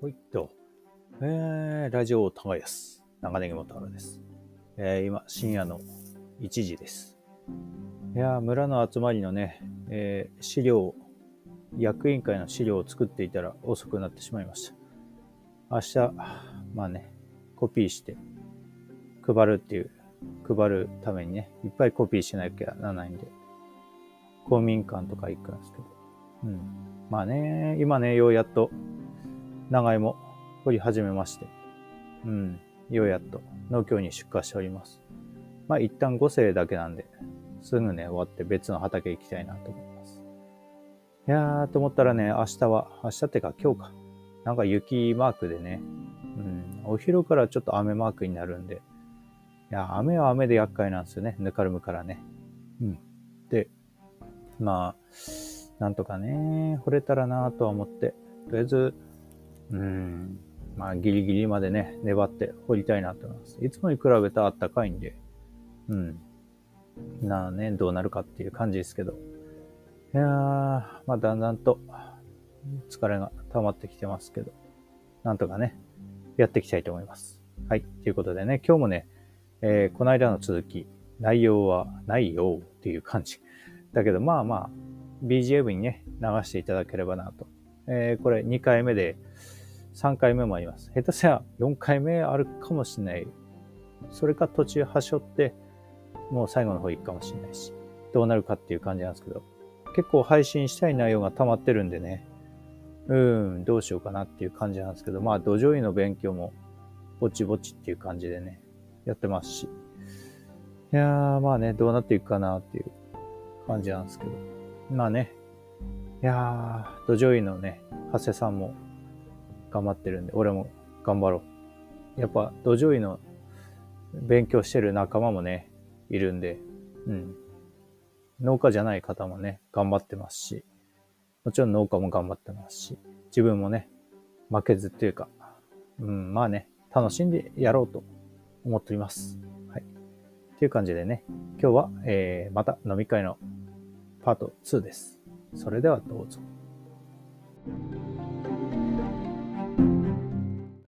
ほいっと。えー、ラジオを耕す。長ネギもたらです。えー、今、深夜の1時です。いやー、村の集まりのね、えー資料、役員会の資料を作っていたら遅くなってしまいました。明日、まあね、コピーして、配るっていう、配るためにね、いっぱいコピーしなきゃならないんで、公民館とか行くんですけど。うん。まあね、今ね、ようやっと、長芋掘り始めまして、うん、ようやっと農協に出荷しております。まあ一旦5世だけなんで、すぐね、終わって別の畑行きたいなと思います。いやー、と思ったらね、明日は、明日ってか今日か、なんか雪マークでね、うん、お昼からちょっと雨マークになるんで、いや、雨は雨で厄介なんですよね、ぬかるむからね。うん。で、まあ、なんとかね、掘れたらなとは思って、とりあえず、うん、まあ、ギリギリまでね、粘って掘りたいなと思います。いつもに比べたらあったかいんで、うん。なあね、どうなるかっていう感じですけど。いやー、まあ、だんだんと疲れが溜まってきてますけど、なんとかね、やっていきたいと思います。はい。ということでね、今日もね、えーこの間の続き、内容はないよっていう感じ。だけど、まあまあ、BGM にね、流していただければなと。えーこれ2回目で、3回目もあります。下手すりゃ4回目あるかもしれない。それか途中端折って、もう最後の方行くかもしれないし、どうなるかっていう感じなんですけど、結構配信したい内容が溜まってるんでね、うーん、どうしようかなっていう感じなんですけど、まあ、土壌医の勉強もぼちぼちっていう感じでね、やってますし。いやー、まあね、どうなっていくかなっていう感じなんですけど。まあね、いやー、土壌医のね、長谷さんも頑張ってるんで、俺も頑張ろう。やっぱ、土壌医の勉強してる仲間もね、いるんで、うん。農家じゃない方もね、頑張ってますし、もちろん農家も頑張ってますし、自分もね、負けずっていうか、うん、まあね、楽しんでやろうと思っております。はい。っていう感じでね、今日は、えー、また飲み会のパート2です。それではどうぞ。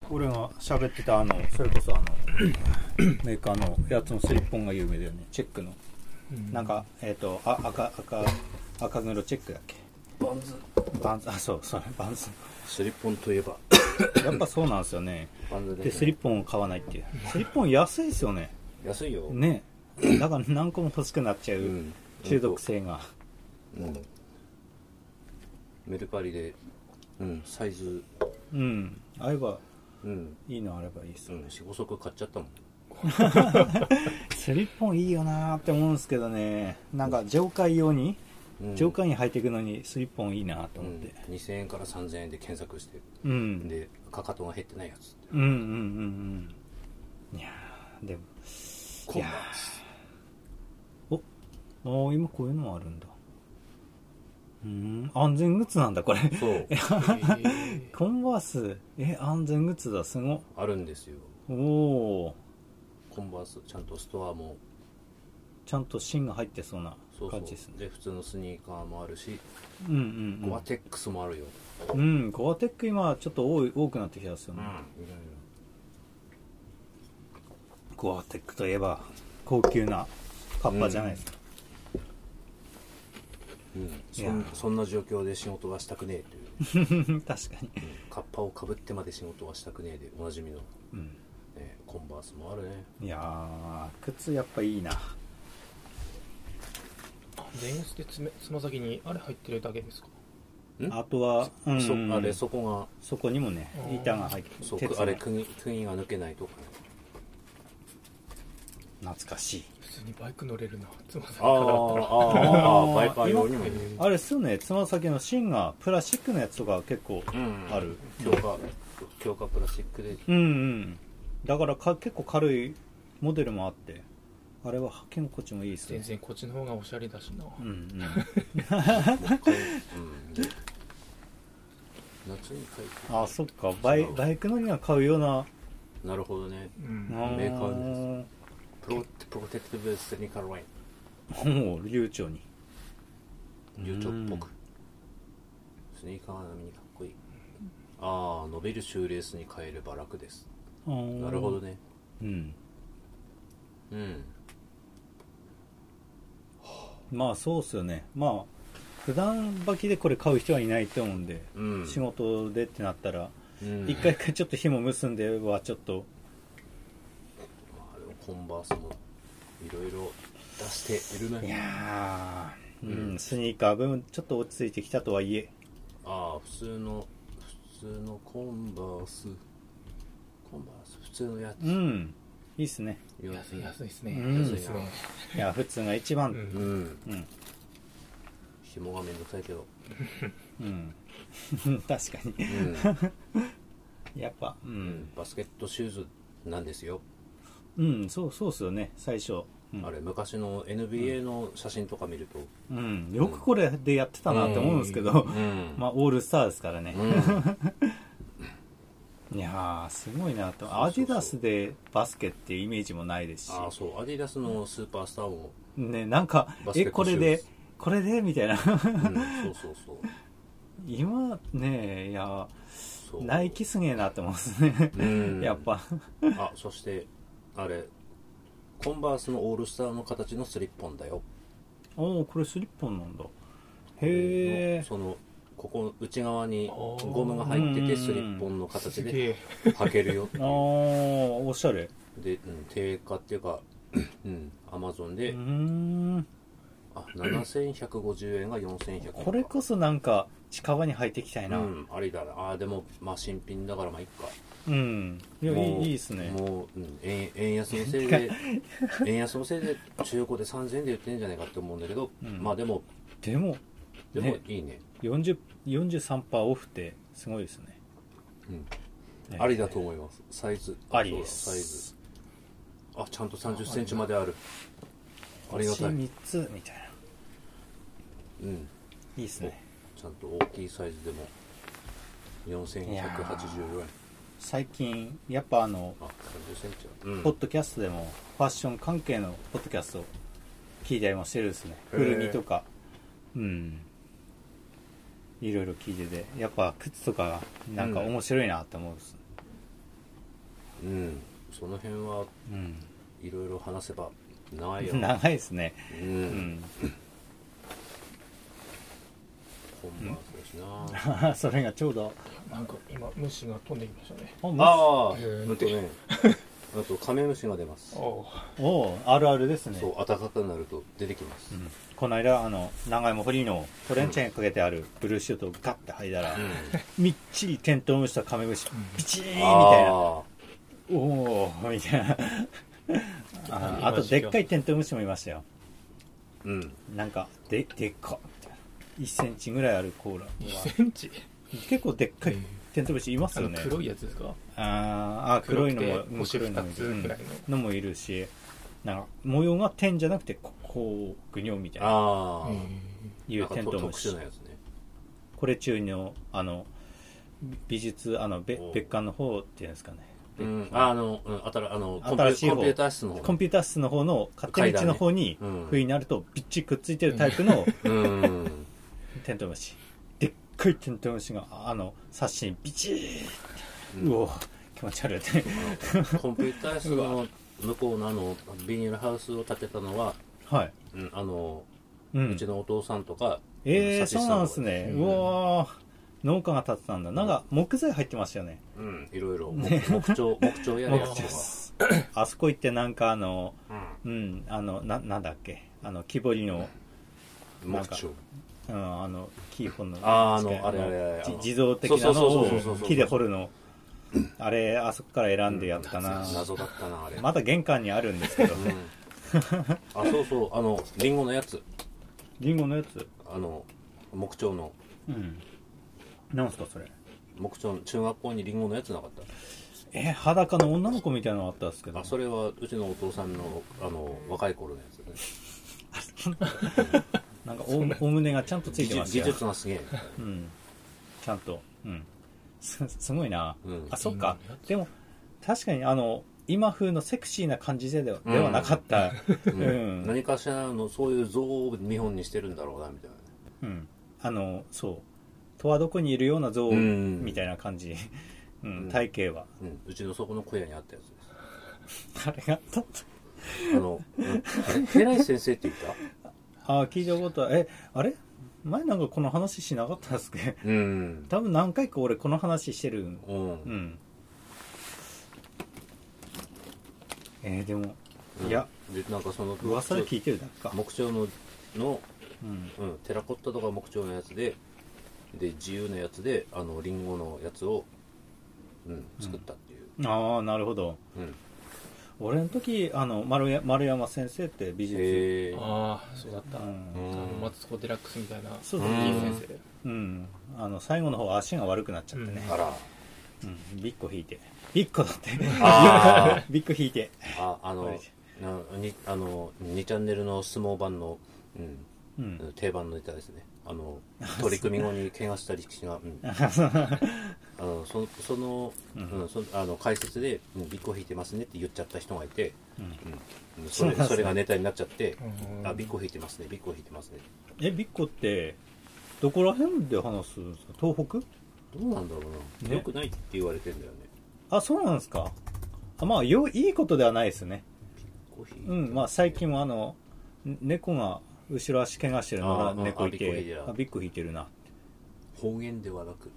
俺が喋ってたあの、それこそあの、 メーカーのやつのスリッポンが有名だよね。チェックの。なんか、えっ、と、あ、赤、赤、赤黒チェックだっけ。バンズバンズ、あ、そう、そう、バンズ。スリッポンとい えばやっぱそうなんですよね。バンズで、でスすリねッポンを買わないっていう。スリッポン安いですよね。安いよ、ね。だから何個も欲しくなっちゃう、うん中毒性が。うんメルパリで、うん、サイズ、うん。合えば、うんいいのあればいいですうよん、ね。 45足買っちゃったもんスリッポンいいよなーって思うんですけどね。なんか、上階用に、うん上階に履いていくのにスリッポンいいなとうん思って。 2000円から3000円で検索してうん。でかかとが減ってないやつうんうんうんうん。いやーでも、コンバーお、あー今こういうのもあるんだ。うーん、安全グッズなんだ、これ。 スそうえーコンバース、え、安全グッズだ、すごっ。 あるんですよおおコンバースちゃんとストアもちゃんと芯が入ってそうなそうそう感じですね。で普通のスニーカーもあるし、うんうんゴアテックスもあるよ、うん。うん、ゴアテック今ちょっと多い多くなってきたんですよね。いろいゴアテックといえば、高級なカッパじゃないですか。ろ、うん、そいんやーそんな状況で仕事はしたくねえとい う確かに。カッパをかぶってまで仕事はしたくねえでおなじみの、うん。ね、コンバースもあるねいやー、靴やっぱいいな。レンスでつめつま先にあれ入ってるだけですかあとは、うんそうんあれそこそこにもねあ、ー板が入ってがそう鉄のあれ釘釘が抜けないとか懐かしい。普通にバイク乗れるなつま先あかああらだったらあああバイパー用にもいいあれっすよね、つま先の芯がプラスチックのやつとか結構うんある。強化強化プラスチッ クでうんうん。だからか結構軽いモデルもあって、あれは履き心地もいいっす全ね。然こっちの方がおしゃれだしな、うんうん。もう一回うんで夏に買いあ、そっか、バイ そうバイク乗りが買うような、なるほどねうんあメーカーープロプロテクティブスニーカーライもう流暢に。ン流暢っぽうくスニーカー並みにかっこいいああ伸びるシューレースに変えれば楽ですななるほどねうん。うんまあそうっすよね。まあ、普段履きでこれ買う人はいないと思うんで、うん仕事でってなったら、うん一回一回ちょっと紐結んではちょっと、まあでもコンバースもいろいろ出しているいねやー、う、うんんスニーカー部分ちょっと落ち着いてきたとはいえ、ああ普通の普通のコンバースコンバース普通のやつうん、いいっすね。安い安いですね。うん安いですね。いや、普通が一番、う。うんうんんん、紐がめんどくさいけどうん。 確かうに。ん、やっぱ、ううんん、バスケットシューズなんですよ、うん、そう、そうっすよね、最初。うん、あれ昔の NBA の写真とか見るとうん、よくこれでやってたなって思うんですけど、うん、 まあ、オールスターですからね。うんいやー、すごいなと。そうそうそうアディダスでバスケっていうイメージもないですし、ああそうアディダスのスーパースターも、ね、なんかバ、スケえ、ッこトシュれーズで、これでみたいな。 うん、そうそうそう今、ね、いや、そうナイキすげえなって思うんですね。う んやっ ぱ。あそしてあれコンバースのオールスターの形のスリッポンだよおおこれスリッポンなんだ。へのえ。そのここ内側にゴムが入ってあーてスリッポンの形すでげえ。履けるよってい うあー、おしゃれ。で、うん、定価っていうかうんアマゾンうで、ーん。あ7150円が4100円かこれこそなんか、近場に入ってきたいうな。うん。んありだなあーでもまあ新品だからまあいっかいや、もいいいういですね。もう、うん、円円安のせい で円安のせいで中古で3000円で売ってんじゃないかって思うんだけど、うんまあでもでも、でもねいいね40 43%オフって、すごいですね。うんねありだと思いますサイズありです。そうだサイズあちゃんと3 0ンチまであるありがたい、うん、 3つみたいな。いいですね。ちゃんと大きいサイズでも4184いや円あー最近、やっぱあの、 3 0ンチだうんポッドキャストでも、ファッション関係のポッドキャストを聞いたりもしてるんですね。へー古着とか、うん。いろいろ聞いてて、やっぱ靴とかがなんかうん面白いなって思うんです。うんその辺はうん。いろいろ話せばないよ、長いですね。うんうん。 コンバースだしなそれがちょうど、なんか今、虫が飛んできましたね。あ、まああへーあとねあとカメムシが出ますおうおうあるあるですね。そう暖かくなると出てきます、うんこの間、あの、長芋堀のトレンチェーンかけてあるブルーシュートをガッて履いたら、みっちりテントウムシとカメムシ、ピチーンみたいな。あおーみたいな。ああと、でっかいテントウムシもいましたよ。ーうんなんか、で、でっかみたいな。1センチぐらいあるコーラ。 2センチ結構でっかいテントウムシいますあよのね。黒いやつですかあーあー、黒いのも黒くて、星黒いのもい2るつくらいの。うんのもいるし、なんか、模様が点じゃなくて、ここう、ぐにょみたいな、ああ、いなうんかテントウム特シ殊な。やつねこれ中の、あの、美術、あの、べお別館の方っていうんですかね。うん、ああの、うん、あたら、あの、コンピ新しい方ュコンピューター室の方。コンピューター室の方の勝手道の方に階段ねうん冬になるとびっちりくっついてるタイプのうん。 テントウムシでっかいテントウムシがあのサッシにビチーうッんうお気持ち悪い ってコンピューター室の向こうのあの、ビニールハウスを建てたのは、はい、うん、あの、ううんち、のお父さんとか、ええうー、んそうなんです。ね、ううんわー農家が建てたんだなんか木材入ってましたよねサチさんとかうん、いろいろ、木木彫、木彫やるや木つ材 とですあそこ行ってなんかあのか。うんあのななんだっけあの木彫りの、うん、なん木か彫。うん、あのキーホンのあーあのあれあれあれじあの自動的なのそうそうそうそうそうをそう木で掘るのあれあそこから選んでやったな、謎だったな、あれ。まだ玄関にあるんですけどうん。あ、そうそう、あの、リンゴのやつ。リンゴのやつあの、木彫の、うんなんすかそれ木彫の、中学校にリンゴのやつなかった。え裸の女の子みたいなのあったんですけどあそれはうちのお父さんのあの若い頃のやつねなんかおお胸がちゃんとつい技てま術す技よ、術がすげえうん、ちゃんとうんすすごいな、うんあそっかリンゴのやつでも確かにあの今風のセクシーな感じででは,、うんではなかったううんん、何かしらのそういう像を見本にしてるんだろうなみたいなねうん、あのそう十和どこにいるような像んみたいな感じ、う、うんん体型は。うん、うちのそこの小屋にあったやつですあれがあったあの、うんあれ寺井先生って言ったああ、聞いたことは、え、あれ前なんかこの話しなかったっすっけうん。多分何回か俺この話してる。う。うんん。えー、でも、うんいや、で、なんかその、噂で聞いてるだけか。木彫の、の、うん。うん、テラコッタとか木彫のやつで、で、自由のやつで、あの、リンゴのやつを、うん、作ったっていう。ああ、なるほど。うん。俺の時、あの、丸や丸山先生って美術。へえ。ああ、そうだった。うあんうんの、マツコデラックスみたいな、そうだだねいいね。先うん。あの、最後の方足が悪くなっちゃってね。あら。うん。ビッコ引いて。ビッコだって。あ ビッコ引いて。あ、あはのい、なにあの、2チャンネルの相撲版の、うん、うん。定番のネタですね。あの、取り組み後に怪我した力士が、うん、あのそその,、ううんんそあの解説で「うんビッコ引いてますね」って言っちゃった人がいて、うんうんそそうれなんですねそれがネタになっちゃって「うんあビッコ引いてますねビッコ引いてますねえ、ビッコって、どこら辺で話すんですか東北」どうなんだろうな、ねよくないって言われてんだよねあ、そうなんですかあまあ、よ、いいことではないですね。コーヒーうん、まあ最近もあの、ん猫が後ろ足怪我してるあなあら猫いああビッグ引いててる、なあ、ビッグ引いてるな。方言ではなく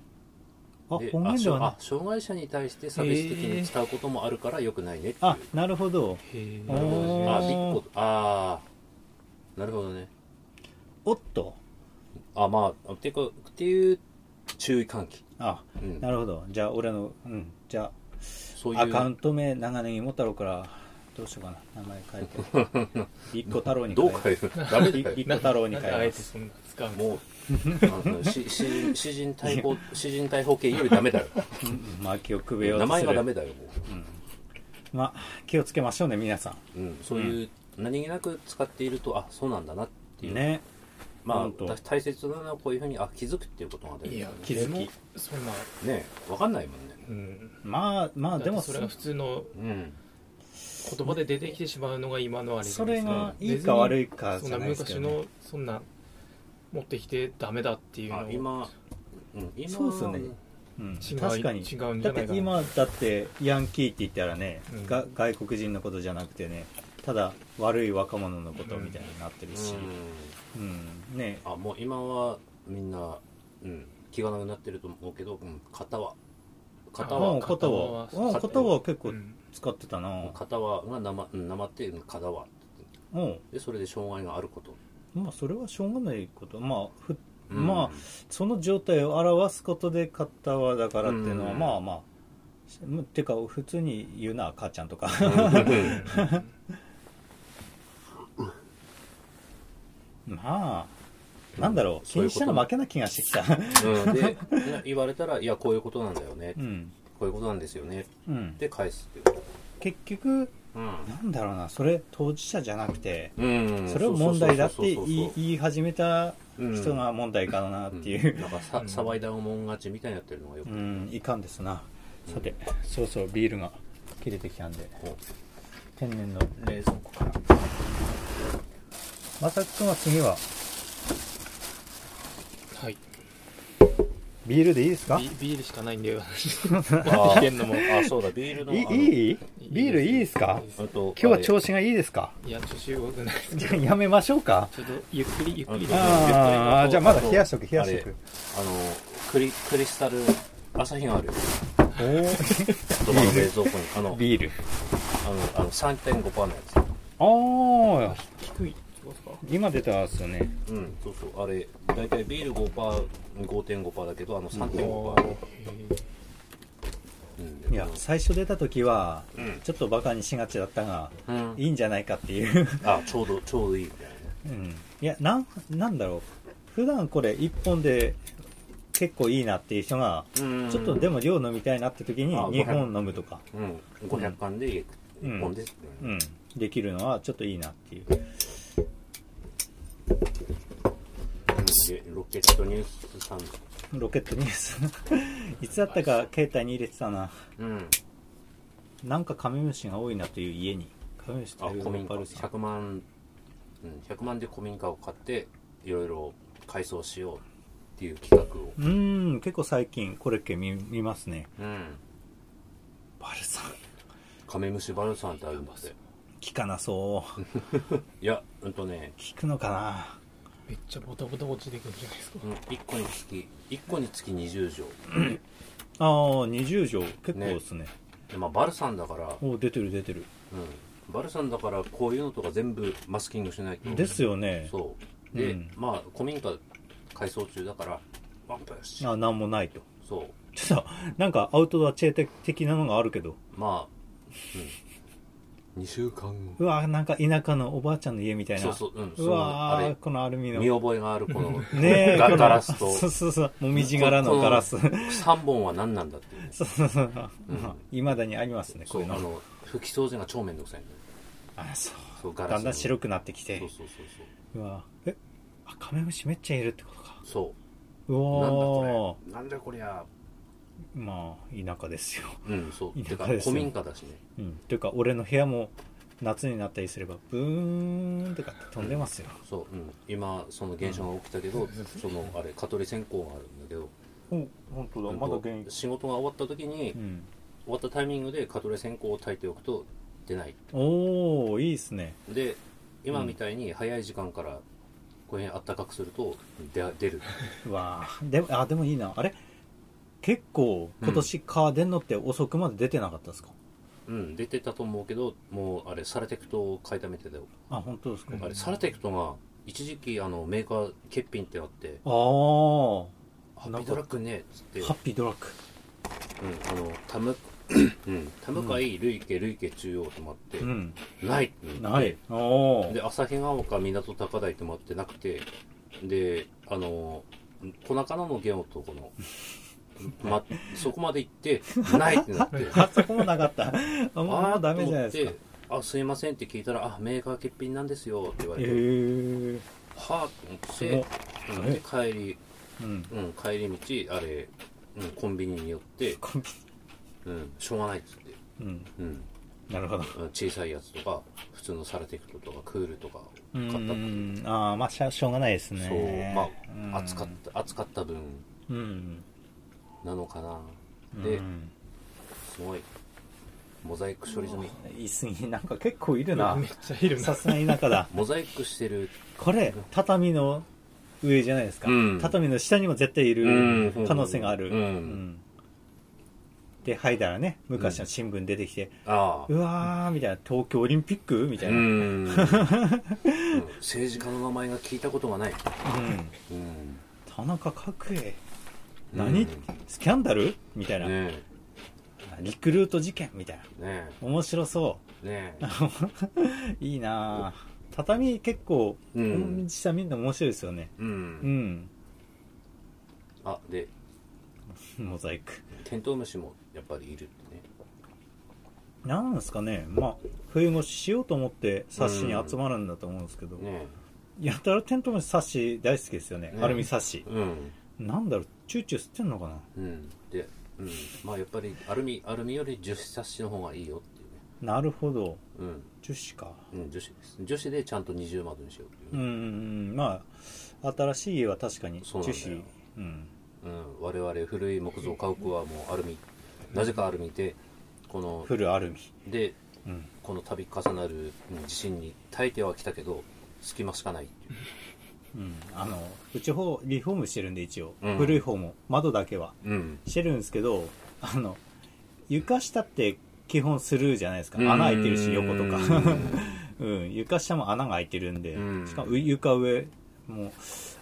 あ、で本源ではないあ。そうあ障害者に対して差別的に使うこともあるからよくないねっていう、あ、なるほど。へなるほどねへあービッコああなるほどねおっと。あまあてかっていう注意喚起、あ、うん、なるほど。じゃあ俺の、うん、じゃそういうあ、アカウント名、長ネギも太郎から、どうしようかな。名前変え て。ビッコ太郎に変どえう変て。え るダメだよビッコ太郎になん変であええまてす。そんな使うのもう、あのし詩人詩人逮捕、詩人逮捕系よりダメだよ。うんまあ気をくべよう名と前すがダる。メだよ、もまあ、気をつけましょうね、皆さん。う。うん、そういう、何気なく使っていると、あ、そうなんだなっていう。ね。まほあんと、だ大切なのはこういうふうに、あ、気づくっていうことが大い事やだね。、気づきでもそんな、ねえわかんないもんね。うん。まあ、まあ、でも、それが普通のうん。言葉で出てきてしまうのが今のあれじそゃないでれすかがいいか悪いかそんじゃなないですけ昔どね。のそんな持ってきてダメだっていうあの、今、うん、今、そうっすねうん違う確かに違うんじだゃっなていかな今だってヤンキーって言ったらね、うんが外国人のことじゃなくてねただ悪い若者のことみたいになってるし、ううんねん。あ、もう今は、みんな、うん、気がなくなってると思うけど、うん、型は。型あもう、は言葉片ははうん言葉は結う構ん使ってたな、型はが生、うん生って、うん型は。もで、それで障害があること。うまあそれはしょうがないことまあふうんまあその状態を表すことで買ったわだからっていうのは、うんまあまあしてか普通に言うな母ちゃんとか まあなんだろう気にしたら負けな気がしてきた うん、で、な言われたら、いや、こういうことなんだよねう。んこういうことなんですよね。うんで、返すっていう。結局うん。なんだろうなそれ当事者じゃなくてうん、それを問題だって言そうそういそう言い始めたそう人が問題かなっていんう、なんかさう、ん騒いだもん勝ちみたいになってるのがようく、ん、いかんですなさてそろそろビールが切れてきたんでこ天然の冷蔵庫からまさきくんは次は はいビールでいいですかビいビールしかないんだよ うあーあ、そうだ、ビールの。あのいいいビールいいですかあと今日は調子。子がいいですかいや調子よくないですじゃあやめましょうかちょっとゆっくりゆっくりあでああじゃあまだ冷やしとくあ冷れやしとくあの、クリ、クリスタル、朝日があるよ。おードバの冷蔵庫に。あの、 ビールあの、あの3.5%のやああ低いってことですか今出たんですよねつ。うん、そうそう。あれ、だいたいビール5%、5.5%だけど、あの3.5%。うんいや最初出た時はうんちょっとバカにしがちだったがうんいいんじゃないかっていう、あちょうどちょうどいいみたいなねうん、いやなんなんだろう普段これ1本で結構いいなっていう人がうんちょっとでも量飲みたいなって時にあ2本飲むとか、うん500缶で1うん本ですうねん、できるのはちょっといいなっていうでロケットニュースさんロケットニュース いつだったか携帯に入れてたなうんなんかカメムシが多いなという家にカメムシあ大量にい古民っぱい家あるさ100万うん100万で古民家を買っていろいろ改装しようっていう企画を。うーん、結構最近、コレッケ見見ますね。うん。バルさん、カメムシバルさんってあるんだって。効かなそう。いや、うんとね、効くのかなめっちゃボタボタ落ちてくるじゃないですかう。ん、1個につき、一個につき20錠。ああ、20錠、結構ですね。で、まあ、バルさんだから、お出てる出てる。うん。バルさんだから、こういうのとか全部マスキングしないと。ですよね。そう。で、うんまあ、古民家改装中だから、ワンプッシュ。あなんもないと。そう。ちょっと、なんかアウトドアチェーン的なのがあるけど。まあ、うん。2週間後。うわなんか田舎のおばあちゃんの家みたいな。そうそう、うん、うそのわあーれ、このアルミの。見覚えがあるこの、ねえ、 ガこのガラスと、そうそうそう。もみじ柄のガラス。この3本は何なんだっていうね。 そうそうそう。まうんあ、未だにありますね、こそうう、いあうの。の、拭き掃除が超めんどくさいんだよ。あ、そう。そう、ガラスだの。んだん白くなってきてそう。そうそうそうわえ、あ、カメムシめっちゃいるってことか。う。そうう。なんだおこれ。なんだこりゃ。ー。まあ、田舎ですよ。うん、そう。田舎てか、ですよ古民家だしね。うん。というか、俺の部屋も夏になったりすれば、ブーンとかって飛んでますよ。そう、うん。今、その現象が起きたけど、その、あれ、蚊取り線香があるんだけど、お、本当うんと仕事が終わった時に、う終ん。わったタイミングで蚊取り線香を焚いておくと出ない。おー、いいですね。で、今みたいに早い時間から、これあったかくすると、出出る。うわーでも、あ、でもいいな。あれ結構、今年蚊出んのって遅くまで出てなかったですか、うん、出てたと思うけど、もうあれ、サラテクトを買いためてたよ。あ、本当ですか、うんあれ、サラテクトが、一時期、あの、メーカー欠品ってあって、あー、ハッピードラッグね、つって、うん、ハッピードラッグ。あの、タム、うん、タム海、ルイケ、ルイケ中央ともあってう、ん。ないってってない。おー。で、旭川丘、港高台ともあってなくて、で、あの、粉からのゲオとこの、ま、そこまで行って、ないってなって、あそこもなか った。あ、ーもうダメじゃないとです思かっ。てあ、すいませんって聞いたら、あ、メーカー欠品なんですよって言わえれて、ー、はあと思っすごてっ、うんで帰り、うん。うん、帰り道あれ、うん、コンビニに寄って、コンうん、しょうがないっつって、ビうん。うん、なるほど。うん小さいやつとか普通のサラテクトとかクールとかをう買ったんだん。けああ、まあしゃ、しょうがないですど、ね。そうまあ暑かっうんた暑かった分うん。なのかなうでんすごいモザイク処理済みいいすぎ、なんか結構いるなめ。っちゃいるなさ。すが田舎だ。モザイクしてるこれ、畳の上じゃないですか。うん畳の下にも絶対いるうん可能性がある。うんんで、吐いたらね、昔の新聞出てきて、ああうわー、みたいな、東京オリンピックみたういな。うん。んうん政治家の名前が聞いたことがない、うん、田中角栄、何、うんスキャンダルみたいな、ねリクルート事件みたいな。えね面白そえねう。いいなあ畳結構、え、うん実際見るの面白いですよね。う、うんん。あでモザイク。テントウムシもやっぱりいるってねなんですかね、まあ、冬越ししようと思って冊子に集まるんだと思うんですけど、ねやたらテントウムシ冊子大好きですよね、ねアルミ冊子え。うんなんだろう、チューチュー吸ってんのかなうんで、うん、まあやっぱりアルミアルミより樹脂冊子の方がいいよっていうねなるほど、うん樹脂か。うん、女子です女子でちゃんと二重窓にしようってういんううね、んうん、まあ、新しい家は確かに樹そうなんだよ脂。うん。うん我々古い木造家屋はもうアルミなぜかアルミでこのフルアルミ。でうん。この度重なるうん地震に耐えてはきたけど隙間しかないっていううん。あの、うち方、リフォームしてるんで一応、うん古い方も、窓だけは。うんしてるんですけど、あの、床下って基本スルーじゃないですか。うん穴開いてるし、横とか。う うん、床下も穴が開いてるんで、うんしかもう床上も、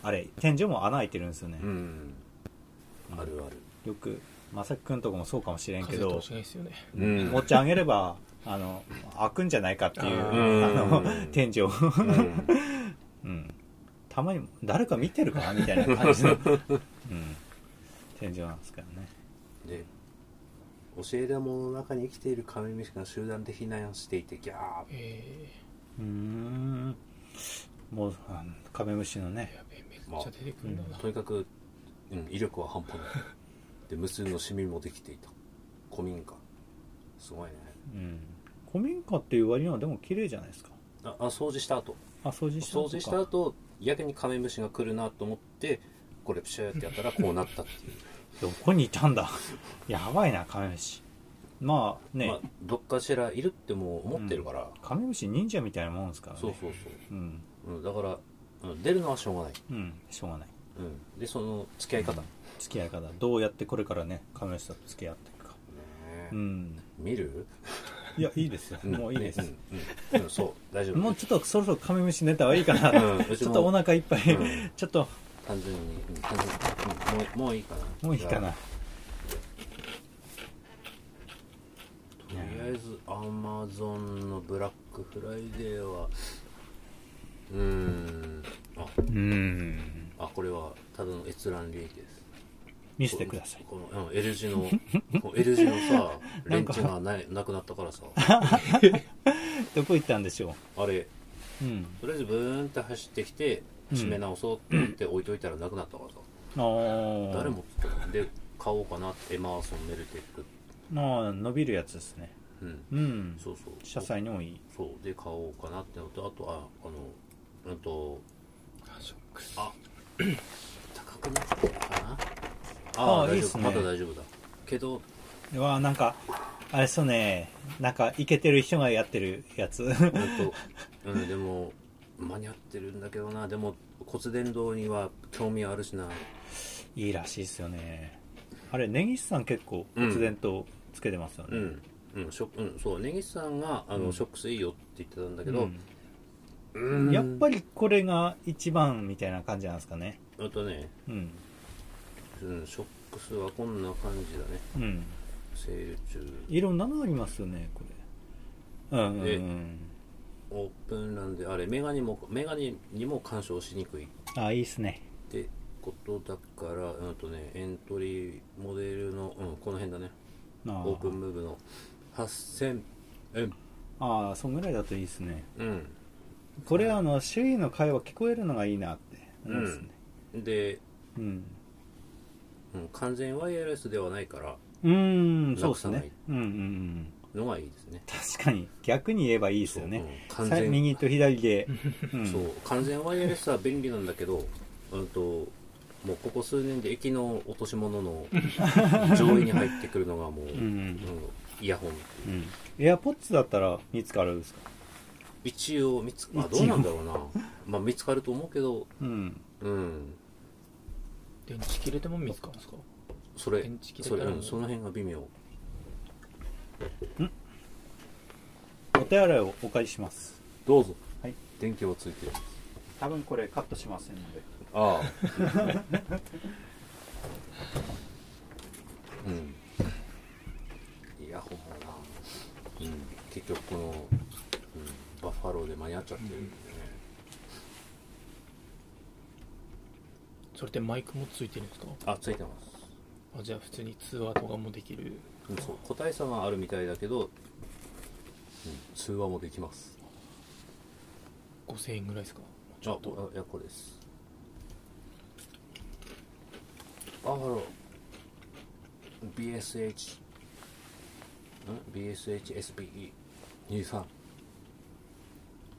あれ、天井も穴開いてるんですよね。うんあるあるよく、まさきくんとかもそうかもしれんけ風通どし、がいいですよね。うん持ち上げれば、あの、開くんじゃないかっていう、うんあの、天井。 うんうん。たまに、誰か見てるかなみたいな感じの、うん。天井なんですからね。で教える者の中に生きているカメムシが集団で避難をしていてギャーえうーん。もう、あのカメムシのー、ね、やべえ、めっちゃ出てくるんだな。とにかく、うん、威力は半端ないで無数のシミもできていた古民家すごいねうん。古民家っていう割にはでも綺麗じゃないですか。ああ掃除した後あ、掃除した掃除した後やけにカメムシが来るなと思ってこれプシャーってやったらこうなった っていう。どこにいたんだ やばいな、カメムシ。まあね、まあ、どっかしらいるってもう思ってるから、カメムシ忍者みたいなもんですからね。そうそううん。そう、うん、だから、うん、出るのはしょうがない、うん。しょうがない。うん、でその付き合い方、ね付き合い方。どうやってこれからね、カメムシと付き合っていくか。えうん。見るいや、いい ですよ。んもういいですう。んうんうんそう大丈夫もうちょっとそろそろカメムシネタはいいかうな。 んうちちょもっとお腹いっぱい、うんちょっと、単純にうん単純にうんもうもういいかなもういいかな。とりあえずアマゾンのブラックフライデーはうーんあうん。あこれはただの閲覧利益です見せてください。このうん L 字のこの L 字のさレンチがないなくなったからさどこ行ったんでしょあれう。うん。とりあえずブーンって走ってきてうん締め直そうって言って置いといたらなくなったからさ、ああ。誰もつってたので買おうかなってエマーソンメルテックまあ、伸びるやつですね。うんうん。そうそう車載にもいい。そうで買おうかなってのとあとはあのうんとショックスあ高くなってるかなああああいい大っ丈す夫ねまだ大丈夫だけどうわあなんか、あれっすよね。なんか、イケてる人がやってるやつ。 うんと、 うん、でも間に合ってるんだけどなでも骨伝導には興味あるしないいらしいっすよね。あれ、根岸さん結構、突然とつけてますよね。うんうん、ショックうん、そう根岸さんがあの、ショックスいいよって言ってたんだけうど、んうやっぱりりこれが一番みたいな感じなんですかね。あとね、うん。うん、ショックスはこんな感じだねうん。セール中いろんなのありますよね、これ。うんうんうえん。オープンなんであれメガネもメガネにも干渉しにくいっあ、いいっすね。てことだからうんとねエントリーモデルの、うん、この辺だねあーオープンムーブの8000円ああ、そんぐらいだといいっすね。うんこれ、あの、周囲の会話聞こえるのがいいなって思うんですね。で、うん。うん、完全ワイヤレスではないからうーん、そうですなくさなねい。うんうんうん。のがいいですね確かに、逆に言えばいいですよね。そううんさ完全右と左で。うん そう完全ワイヤレスは便利なんだけど、うん、ともうここ数年で駅の落とし物の上位に入ってくるのがもう、ううんんイヤホンうん。うん。エアポッツだったら見つかるんですか一応見つまあ一応どうなんだろうな まあ見つかると思うけどうん。うん電池切れても見つかるんですかそれ電池切れそれ、たらうん、その辺が微妙お手洗いをお借りします。どうぞはい電気はついてる多分これカットしませんので。ああ うんイヤホンもな、うん、結局この、うん、バッファローで間に合っちゃってるんでね、それってマイクもついてるんですかあついてますあじゃあ普通に通話とかもできるうんそう個体差があるみたいだけど、うん、通話もできます5000円ぐらいですかあおあやっこですあハロー BSH ん BSHSPE23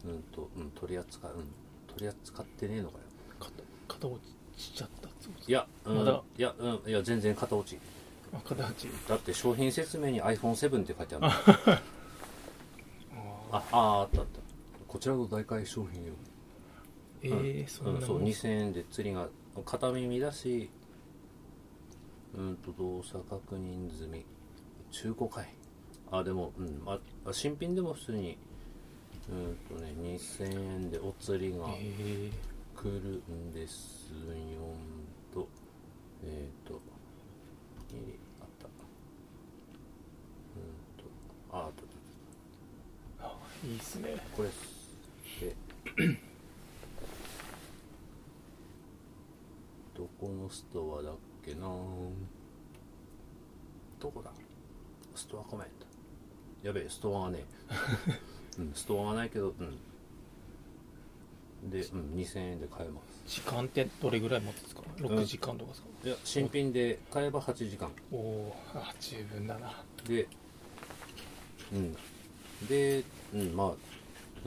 うんと、うん、取り扱う、うん、取り扱ってねえのかよ片片落ちしちゃったそうですいや、うん、まだいや、うん、いや全然片落ちあ片落ちだって商品説明に iPhone7 って書いてあ るあああーああったあったこちらの大会商品よえー、そんうん、なそうもん2000円で釣りが片耳だしうんと動作確認済み中古かいあでも、うん、まあ新品でも普通にうんとね2000円でお釣りがえ来るんですよとえっ、ー、とえーあったうんとああったあったー、あいいっすねこれっすでどこのストアだっけなどこだストアコメントやべえストアがね、 うん、ストアがないけどうんで、うん、2000円で買えま時間ってどれぐらい待つんですか6時間とかですか、すいや新品で買えば8時間おおーあ十分だなでうんで、うん、まあ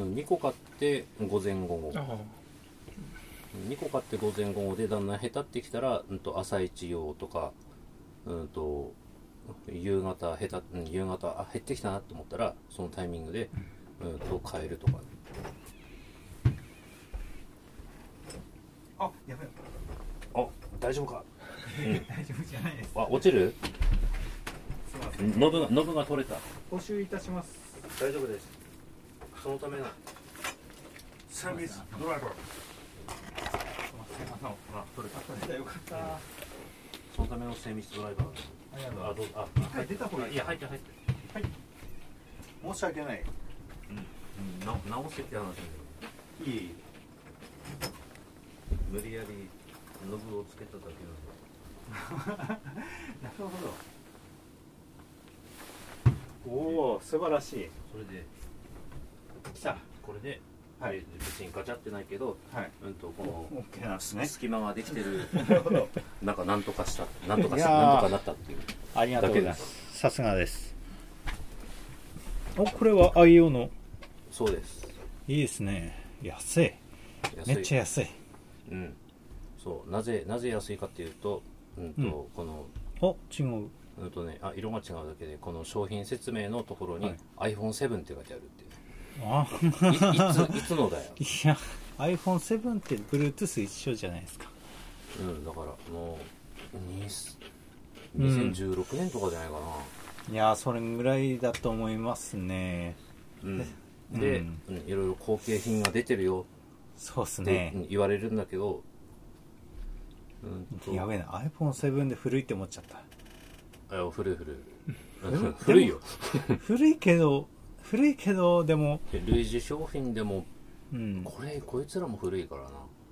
2個買って午前午後あ2個買って午前午後でだんだん下手ってきたら、うん、と朝一用とか、うん、と夕方下手、うん夕方あ減ってきたなと思ったらそのタイミングで、うん、と変えるとか、ね、あ、やばい。あ大丈夫か大丈夫じゃないです。あ落ちるすみません。ノブがノブが取れた募集いたします。大丈夫ですそのためのサービスドライバーすみません。あ、取れた。よかった。あそのための精密ドライバーりがとうございあまどうあす。はい、出た方があいい。いや入って入って申し訳ない。うんな直せって話なんだいい。無理やりノブをつけただけなんでなるほど。おお、素晴らしい。それで来た。これで、はいえー別にガチャってないけど、はいうん、とこオッケーなんですのね。隙間ができてる なるほど。なんかなんとかしたなんとかしいたやーなんとかなったっていうありがとうございまだけす。さすがです。お、これは IO の。そうですいいですね。安い。安めいっちゃ安い。うんそうなぜなぜ安いかっていうと,、うんとうんこのお、違う。うんとね、あ色が違うだけでこの商品説明のところに「iPhone7」って書いてあるっていう あ、いいついつのだよ、いや、iPhone7 って Bluetooth 一緒じゃないですか。うん、だからもうにうん2016年とかじゃないかな、いや、それぐらいだと思いますね。うん、で、うんうんいろいろ後継品が出てるよそうっすって、ねう。ん言われるんだけど、うんと、やべえな、iPhone7 で古いって思っちゃった。あ古い古い 古い古いよ古いけど、古いけど、でも、で類似商品でもうん。これこいつらも古いからな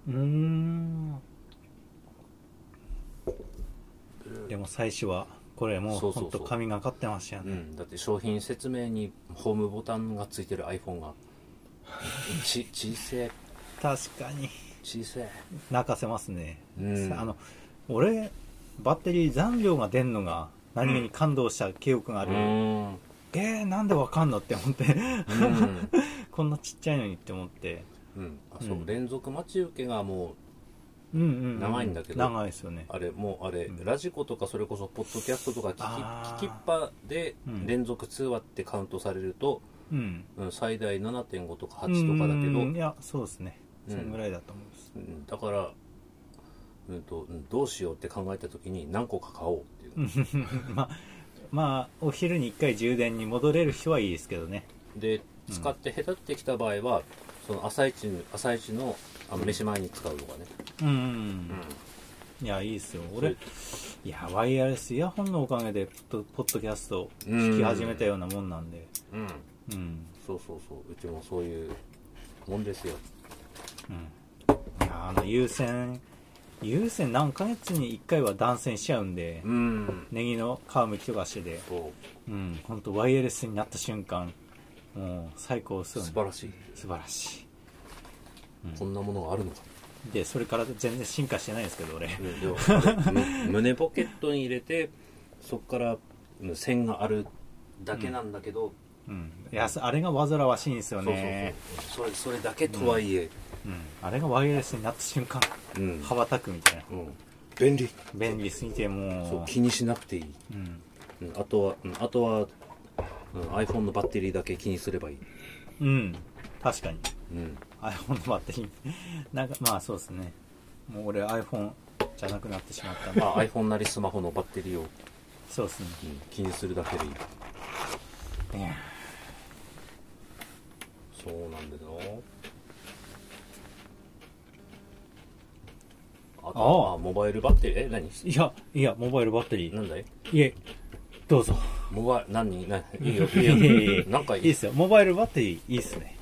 うーん。でも最初は、これもそううそうほそうんと神がかってましたようね。ん、だって商品説明にホームボタンがついてる iPhone が ち小せえ確かに。小せえ泣かせますね。うんあの、俺、バッテリー残量が出んのが何気に感動した記憶があうる。ん、うん、えー、なんでわかんのって思って、 こんなちっちゃいのにって思って。うんあそう、うん連続待ち受けがもうんうんうん、長いんだけど長いですよねう。あれもうあれ、うんラジコとかそれこそポッドキャストとか聞きあー聞きっぱでうん連続通話ってカウントされると、うん。うん、最大7.5とか8とかだけど、うんいやそうですねうんそんぐらいだと思います、うんだから、うんとうんどうしようって考えた時に何個か買おうっていう、まあまあお昼に1回充電に戻れる日はいいですけどねで使って下手ってきた場合はその朝一に朝一のあの飯前に使うとかね、うん、いやいいですよ俺いやワイヤレスイヤホンのおかげでポッドポッドキャストを聞き始めたようなもんなんでうんうん、うん、そうそうそううちもそういうもんですようんいやあの有線有線何ヶ月に1回は断線しちゃうんで、うんネギの皮むきとかしてで、そううん、ほんとワイヤレスになった瞬間、もう最高っす素よね。晴らしい、素晴らしい。こんなものがあるのか、でそれから全然進化してないですけど俺うんでもあれむ胸ポケットに入れてそこからうん線があるだけなんだけど、うんいやそあれが煩わしいんですよねそうそうそうそれそれだけとはいえ、うんあれがワイヤレスになった瞬間うん羽ばたくみたいなうん、便利便利すぎてそうも気にしなくていい、う、うん、うん、あとは、うん、あとは、うん、iPhone のバッテリーだけ気にすればいい、うん、確かにうん、 iPhone のバッテリー なんかまあそうですねもう俺 iPhone じゃなくなってしまったんでまあ iPhone なりスマホのバッテリーを、そうですねうん、気にするだけでいいいやそうなんだよあとあああモバイルバッテリーえ何いやいやモバイルバッテリーなんだいいえどうぞモバイル何何いいよいいいやいやいよやなんかいいいいですよモバイルバッテリーいいですね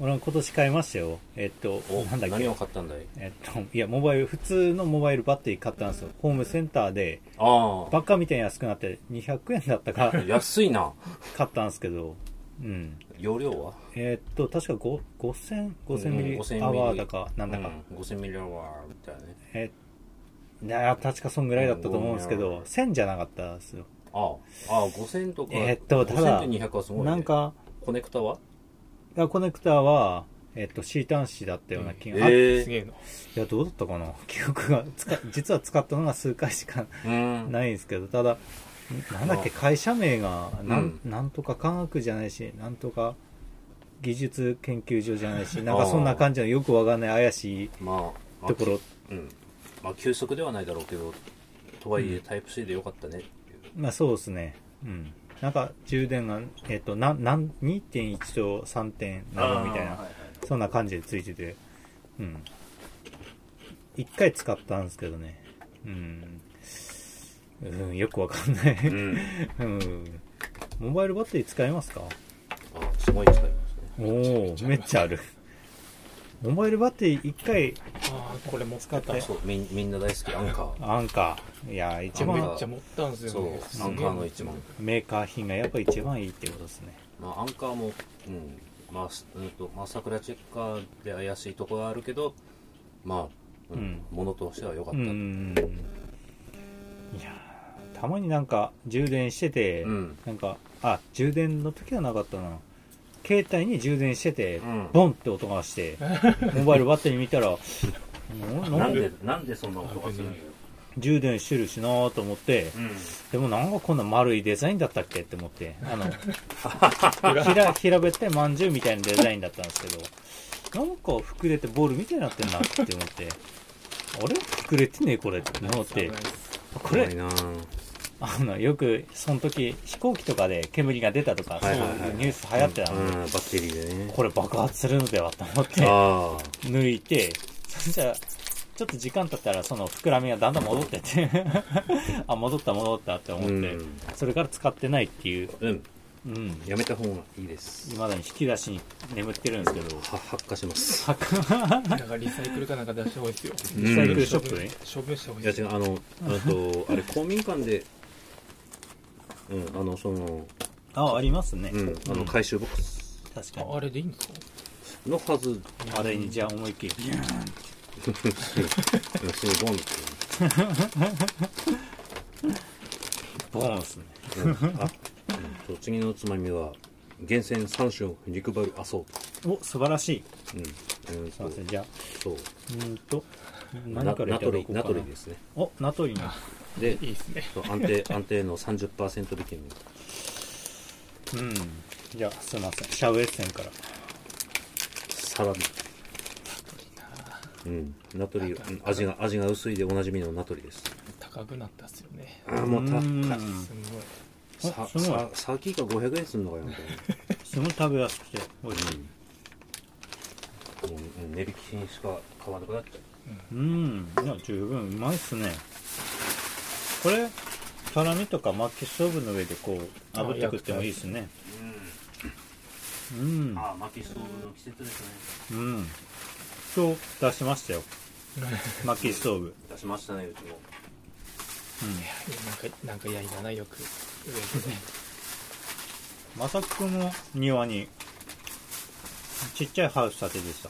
俺も今年買いましたよえっとおなんだっけ何を買ったんだいえっと、いや、モバイル、普通のモバイルバッテリー買ったんですよ。ホームセンターで、あバカみたいに安くなって、200円だった かあ安いな買ったんですけど、うん。容量はえっと、確か5 5000、5000ミうん5000ミリリアワーだか、なんだか。うん、5000ミリアワーみたいなねえーいや確かそんぐらいだったと思うんですけうんど、1000じゃなかったですよ。ああああ5000とか、えーっとただ5000と200はすごい、ね、なんか、コネクタはコネクターは、えっと、シータン紙だったような気が、えあいすげえの。や、どうだったかな 記憶が、つか実は使ったのが数回しかえうんないんですけど、ただ、なんだっけ、会社名が、なん、なんとか科学じゃないし、なんとか技術研究所じゃないし、なんかそんな感じのよくわかんない怪しいまあ、ところ、うんまあ、急速ではないだろうけどとはいえタイプ C でよかったねっていう、まあそうですね。うん。なんか充電が、えっ、と、なん、なん、2.1と3.7みあーたいなは、いはいそんな感じでついてて、うん。一回使ったんですけどね。うん。うん、よくわかんない。うん、 うん。モバイルバッテリー使えますかあすごい使いますねおおめっちゃある。モバイルバッテリー一回、ああ、これ持ったった。めっそうみんみんな大好きアンカーアンカー。いや、一アンカ番ー、ちゃ持ったんですそよね。うアンカーの一番、メーカー品がやっぱ一番いいってことですね。まあ、アンカーも、うんまあすうんとまあ、桜チェッカーで怪しいとこはあるけどまあ、うんうんものとしては良かった、うんいやーたまになんか充電してて、うんなんかあ充電の時はなかったな携帯に充電してて、うんボンって音がして モバイルバッテリー見たらなななんんででなんでそんな音がするのよ、充電してるしなーと思って、うん、でもなんかこんな丸いデザインだったっけって思ってあ のひら平べったいまんじゅうみたいなデザインだったんですけどなんか膨れてボールみたいになってんなって思ってあれ膨れてねえこれって思 ってこれ怖いなぁあのよくその時飛行機とかで煙が出たとか、はいはいはいそういうニュース流行ってたうのんで、バッテリーでねこれ爆発するのではと思ってああ抜いてそしたらちょっと時間経ったらその膨らみがだんだん戻ってって あ戻った戻ったって思って、うんそれから使ってないっていううんうんやめた方がいいです未だに引き出しに眠ってるんですけどは発火しますなんかリサイクルかなんか出した方がいいですよ。うんリサイクルショップに、処分した方がいいいやです違よ。うあのあとあれ公民館でうんあのその あありますね、うんあの確か回収ボックスにああれでいいんですかのはずあれにじゃあ思いっきりビューンってうんすごいボンっボーンですねてうんあうんそう次のつまみは厳選三種を肉張るあそうお素晴らしいうんうすんいそまうせんじゃあそううーんとナ何からいナたトだリこうかナなトリですねおナトリのでいいですね。そう安定安定の30%引きのうんじゃあすいませんシャウエッセンからサラミうんナトリうん味が味が薄いでおなじみのナトリです高くなったっすよね。あーもう高ういんすごい。さすごいささっきが500円すんのかよみたいすごい食べやすくて美味しいなもううん値引き品しか買わなくなっちゃうんいや十分うまいっすねこれサラミとか薪ストーブの上でこう炙って食ってもいいですねううんうんああ薪ストーブの季節ですねうん今日出しました よ薪ストーブ出しましたねうちもなんか、なんか、いやいらないよく。まさきくんの庭にちっちゃいハウス建ててさ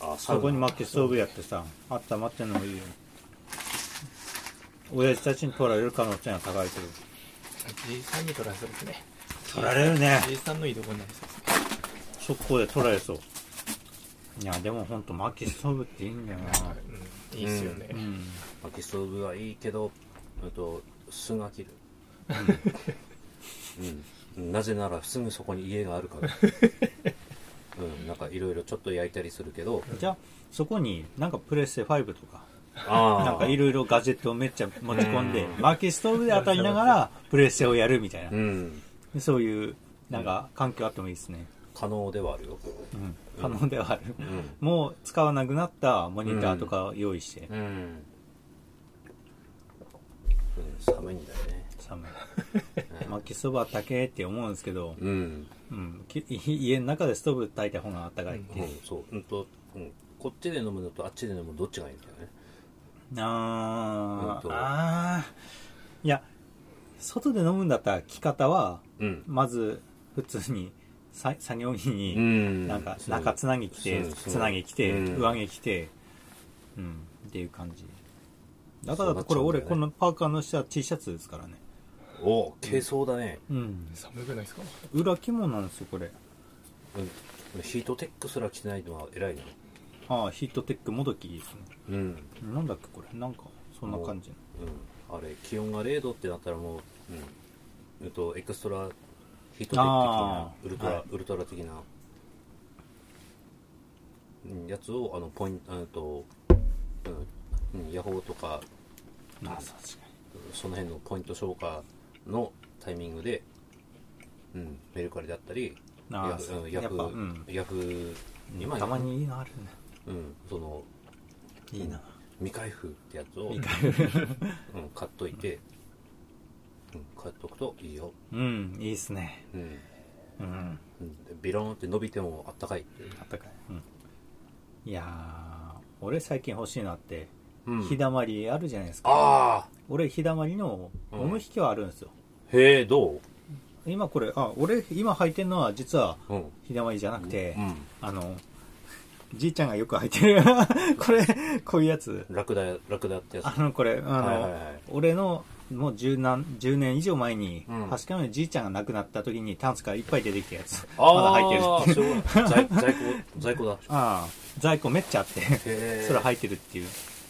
ああサそウナこに薪ストーブやってさ温まってんのもいいよ親父たちに取られる可能性が高いけど G さんに取らせるですね。取られるね G さんのいいとこになりそうですね。速攻で取られそういやでもほんと薪ストーブっていいんだよなうん、いいっすよね。うん薪ストーブはいいけどあとすが切るうん、うんなぜならすぐそこに家があるから うんなんかいろいろちょっと焼いたりするけどじゃあそこになんかプレステ5とかああなんかいろいろガジェットをめっちゃ持ち込んでうん薪ストーブで当たりながらプレステをやるみたいなうんでそういうなんか環境あってもいいですね、可能ではあるようん、可能ではある、んもう使わなくなったモニターとかを用意して、うん、うん、寒いんだよね寒い薪そば炊けって思うんですけど、うんうん、き家の中でストーブ炊いた方があったかい、うんうん、そう、うんと、うん、こっちで飲むのとあっちで飲むのどっちがいいんだよね。あ本当ーあーいや外で飲むんだったら着方はうん。まず普通にさ作業着に、んなんか中つなぎ着てつなぎ着て、上着。着着てうんっていう感じだかそらうなっちゃうんだよねこれ俺このパーカーの下は T シャツですからねお、軽装だね。うん寒くないですか裏肝なんですよこれうん。俺ヒートテックすら着てないのは偉いなああヒートテックもどきいいですねうん、うん、なんだっけこれなんかそんな感じのあれ気温が0度ってなったらもう、うんえっと、エクストラヒートテック的なあーウルトラ、はいウルトラ的なうんやつをあのポイント、うんとうんうん、ヤホーとかああ確かその辺のポイント消化のタイミングで、うん、メルカリだったり、にあヤあフそうーヤやっフぱうんーヤフー、今たま、にいいのあるねうん、そのいいな未開封ってやつを、う ん、買っといて、うん、買っとくといいよ、うんいいっすねうん、うんうんでビローンって伸びてもあったかいっていうあったかい、うん、いやー俺最近欲しいなって、うん日だまりあるじゃないですかああ俺日だまりのゴム引きはあるんですよ、へえどう今これあ俺今履いてるのは実はうん、日だまりじゃなくて、うん、あのじいちゃんがよく履いてる これこういうやつラクダラクダってやつあのこれあの、はいはいはい俺のもう十何10年以上前に、うん確かにじいちゃんが亡くなった時にタンスからいっぱい出てきたやつあまだ履いてるーすごい在在庫在庫だ ああ在庫めっちゃあってへえそれ履いてるっていう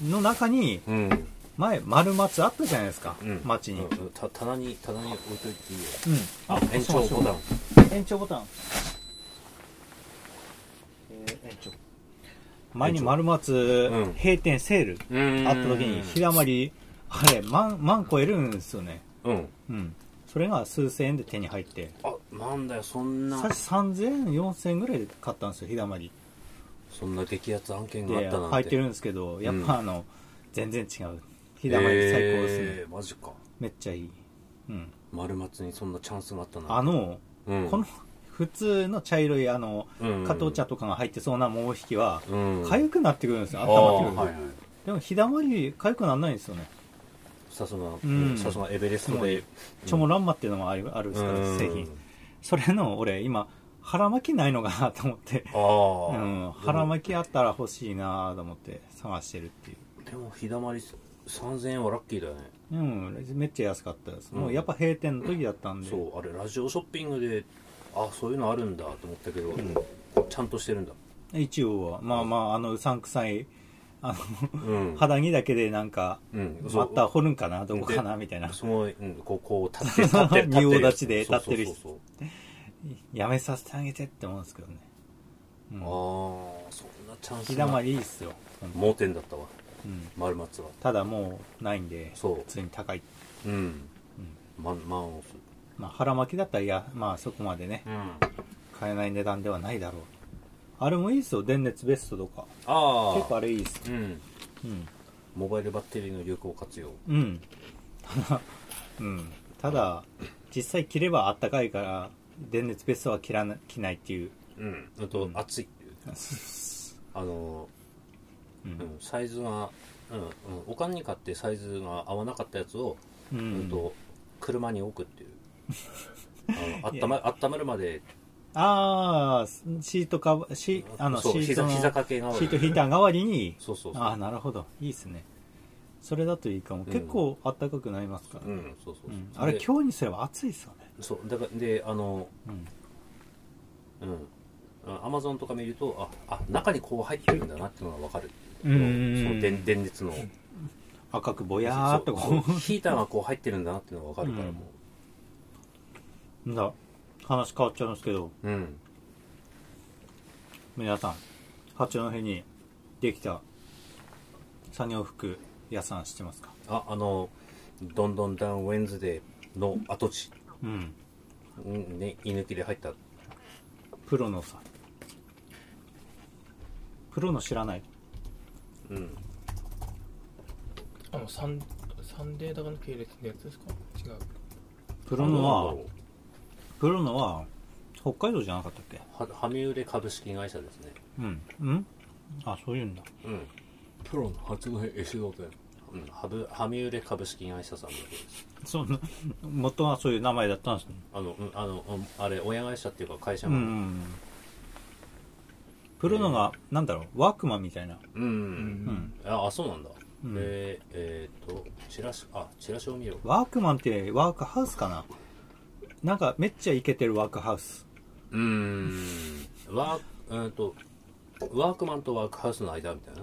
の中にうん前丸松あったじゃないですか、うん街に、うんた棚に棚に置いといていいようんあ延長ボタン延長ボタン、えー延長前に丸松、うん閉店セールうんあった時に日だまりあれ万万超えるんですよねうんうんそれが数千円で手に入ってあなんだよそんなさっき3000円4000円ぐらいで買ったんですよ日だまりそんな激アツ案件があっでたなん履いててるんですけどやっうんぱあの、全然違う日だまり最高ですね、えーマジかめっちゃいいうん丸松にそんなチャンスがあったなあの、うんこの普通の茶色いあのうん加藤茶とかが入ってそうな桃引きはうん痒くなってくるんですよあ頭ーくはいるはいでも日だまり痒くならないんですよねさすがんさすがエベレストでチョモランマっていうのもあるあるんですからうん製品それの俺今腹巻きないのかなと思ってああうん、腹巻きあったら欲しいなと思って探してるっていうでも日だまり3000円はラッキーだよねうんめっちゃ安かったです、うんもうやっぱ閉店の時だったんでそうあれラジオショッピングであそういうのあるんだと思ったけどちゃんとしてるんだ一応はまあまああのうさんくさいあうの、ん肌着だけでなんかうんまた掘るんかなどこかなみたいなすごい、うん、こう、こう、立って、立ってる、立ってる。 仁王立ちで立ってるそうそうやめさせてあげてって思うんですけどね、うそう。ん、ああ、そんなチャンス日だまりいいっすよ、盲点だったわ、うん、丸松は。ただもうないんでそう普通に高い、うん。マン、マンオフ。まあ、腹巻きだったらいやまあそこまでねうん。あ買えない値段ではないだろうあれもいいっすよ電熱ベストとかあ。結構あれいいっすうん。うんモバイルバッテリーの有効活用。うん ただうんただ実際着ればあったかいから電熱ベストは着らな着ないっていううん。あと、熱い。あの、ううんん、サイズが、うん、うん、おかんに買ってサイズが合わなかったやつを、ううん、んと、車に置く っていう。あの、温ま、温まるまで、ああシートかぶシあのシそう、ート膝、の膝掛けが、シートヒーター代わりにそうそうそう。ああなるほどいいですねそれだといいかもうん結構あったかくなりますから、うん、そうそうそううんあれで今日にすれば暑いですよねそうだからであのうんうんアマゾンとか見るとああ中にこう入ってるんだなっていうのが分かるうんうんうんそう電電熱の赤くぼやーっとそうこそうヒーターがこう入ってるんだなっていうのが分かるからうんもう なんだ話変わっちゃうんですけどううん皆さん八戸にできた作業服屋さん知ってますかああのどんどんダウンウェンズデーの跡地、うんうんね、居抜きで入ったプロのさプロの知らないうんあのサンサンデーだかの系列のやつですか違うプロのあはのプロのは北海道じゃなかったっけは羽生で株式会社ですねうんうんあそういうんだうんプロの初の絵仕事うん、羽生羽生で株式会社さんの方ですそんな元はそういう名前だったんですねあの、うんあの、うんあれ、親会社っていうか会社うんが、うんうんプロのが、なんだろうワークマンみたいなうん。うんあ、あそうなんだ。うんえー、えーっと、チラシ、あ、チラシを見よワークマンってワークハウスかななんかめっちゃイケてるワークハウスう。うーん。ワー,、うん、とワークマンとワークハウスの間みたいな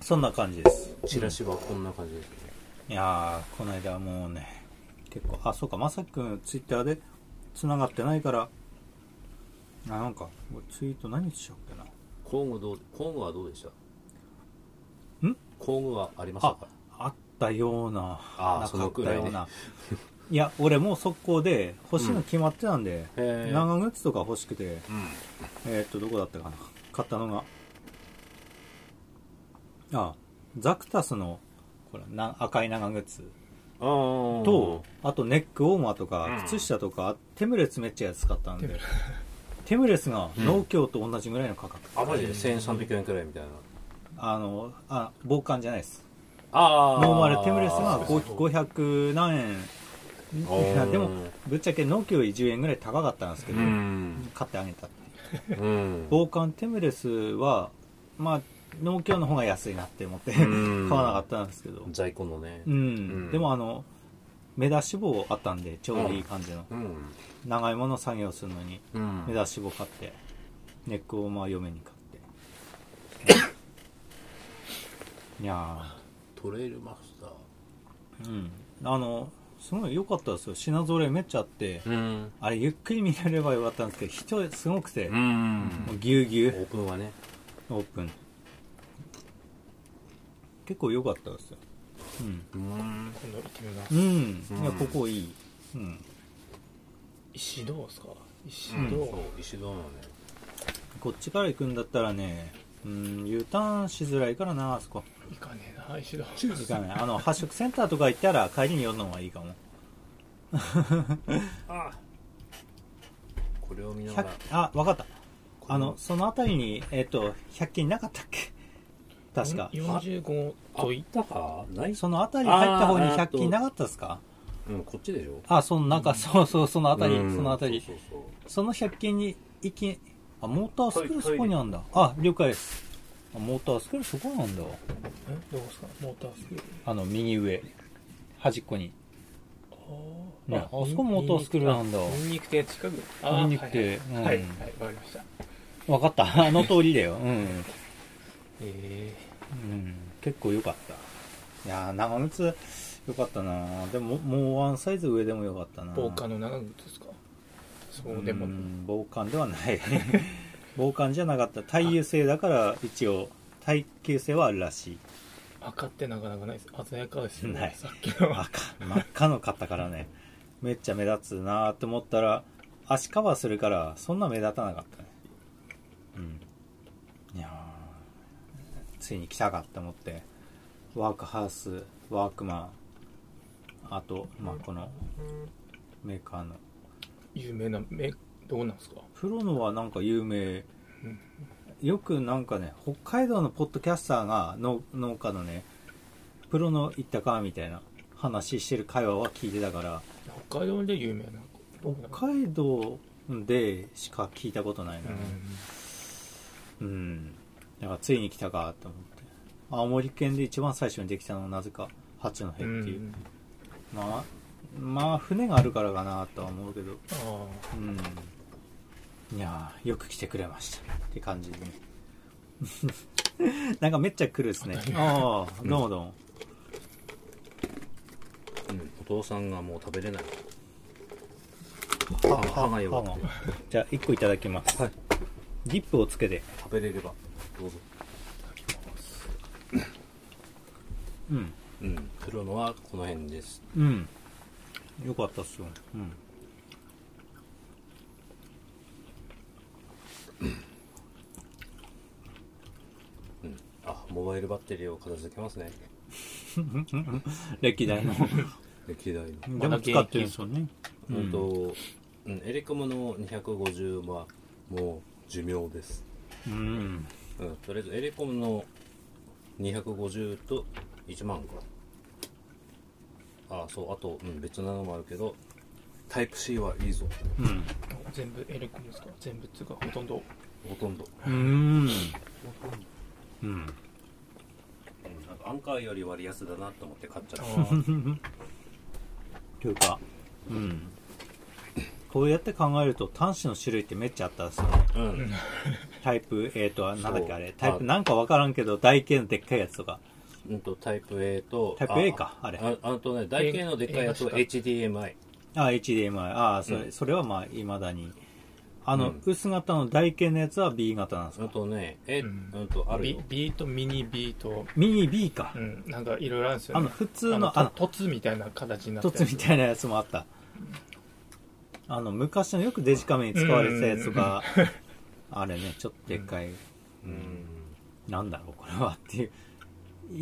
そんな感じです。チラシはこんな感じですね、いやー、この間もうね、結構、あ、そうか、まさきくん、ツイッターで繋がってないから、あ、なんか、ツイート何しようっけな。工具どう工具はどうでしたん工具はありましたかあったような、あーなかそのっくたらいよねうな。いや、俺もう速攻で欲しいの決まってたんで、へー長靴とか欲しくて、うんえーっと、どこだったかな。買ったのが、あ、ザクタスの、これ、な赤い長靴。あーと、あとネックウォーマーとかう、ん靴下とか、テムレスめっちゃ安かったんテムでレ、テムレスが農協と同じぐらいの価格。あマジで1300円くらいみたいなあの、あ、防寒じゃないです。ああノーマルテムレスがそう5 500何円。おいーやでも、ぶっちゃけ農協より10円ぐらい高かったんですけうど、ん買ってあげたっていう。うん防寒テムレスは、まあ、農協の方が安いなって思って、買うんわなかったんですけど。在庫のねうん。んでもあの、目出し棒あったんで、ちょうどいい感じの。うん長いもの作業するのに。うん目出し棒買ってネックウォーマー嫁に買っていやトレイルマスターーうんあのすごい良かったですよ品揃えめっちゃあって、うんあれゆっくり見られればよかったんですけど人すごくて、うもんうぎゅうぎゅオうープンはねオープン結構良かったですようんうん今度行ってみよううなん、いやうんここいいうん石どうですか石うんどう、そう石堂のねこっちから行くんだったらねうん U ターンしづらいからなあそこ行かねえな石どう行かないあの発色センターとか行ったら帰りに寄るのがいいかもあこれを見なが100らあ分かったこれをあのその辺りにえっ、と100均なかったっけ確か45あ問いいたかないその辺り入った方にあーあ100と均なかったですかうんこっちでしょあそのなんか、そうそうその辺り、うんその辺りそうそうその100均に行きあモータースクールそこにあんだあ了解ですあモータースクールそこなんだえどうですかモータースクールあの右上端っこにあねあそこモータースクールなんだニンニクってやつ近くニンニクってあーはいはうんい、はいはいわかりました分かったあの通りだようんえうん結構良かったいやー長靴良かったなでももうワンサイズ上でも良かったなー、防寒の長靴ですかそうでも、うん防寒ではない 防寒じゃなかった耐油性だから一応耐久性はあるらしい赤ってなかなかないです鮮やかですよねないさっきのは赤真っ赤の買ったからねめっちゃ目立つなと思ったら足カバーするからそんな目立たなかったねうんいやーついに来たかって思ってワークハウスワークマンあと、まあ、このメーカーの有名な目どうなんですかプロのはなんか有名うんよくなんかね北海道のポッドキャスターが農農家のねプロの行ったかみたいな話してる会話は聞いてたから北海道で有名な北海道でしか聞いたことないなううん、だからついに来たかと思って青森県で一番最初にできたのはなぜか八戸っていん、う、うん、まあまあ船があるからかなとは思うけどああうんいやーよく来てくれましたって感じでね なんかめっちゃ来るですねああどうもどうもうんお父さんがもう食べれない歯歯が弱くてじゃあ1個いただきます、はいディップをつけて食べれればどうぞうんうんプロのはこの辺ですうんよかったっすようんうんあモバイルバッテリーを片付けますね歴代 の歴代のでも使ってるんですよねううんんと、うん、エレコムの250はもう寿命です、うんうん、とりあえずエレコムの250と1万かあそうあと、うん、別なのもあるけどタイプ C はいいぞうん全部エレコムですか全部っていうかほとん どほとんど、うんうんうん、なんかアンカーより割安だなと思って買っちゃったあというかうんこうやって考えると端子の種類ってめっちゃあったんですよねうんタイプえっ、となんだっけあれそうタイプあなんかわからんけど台形のでっかいやつとかうんとタイプ A とタイプ A かあれああとね台形のでっかいやつは HDMI あ HDMI ああそれ,、うんそれはまあいまだにあの、うん薄型の台形のやつは B 型なんですあかとねえ、ううんんとある B よ B とミニ B と、ミニ B か、うん、なんかいろいろあるんですよ、あね。の普通のああののと凸みたいな形になって凸みたいなやつもあったあの昔のよくデジカメに使われてたやつが、あれねちょっとでっかい、うんなんだろうこれはっていう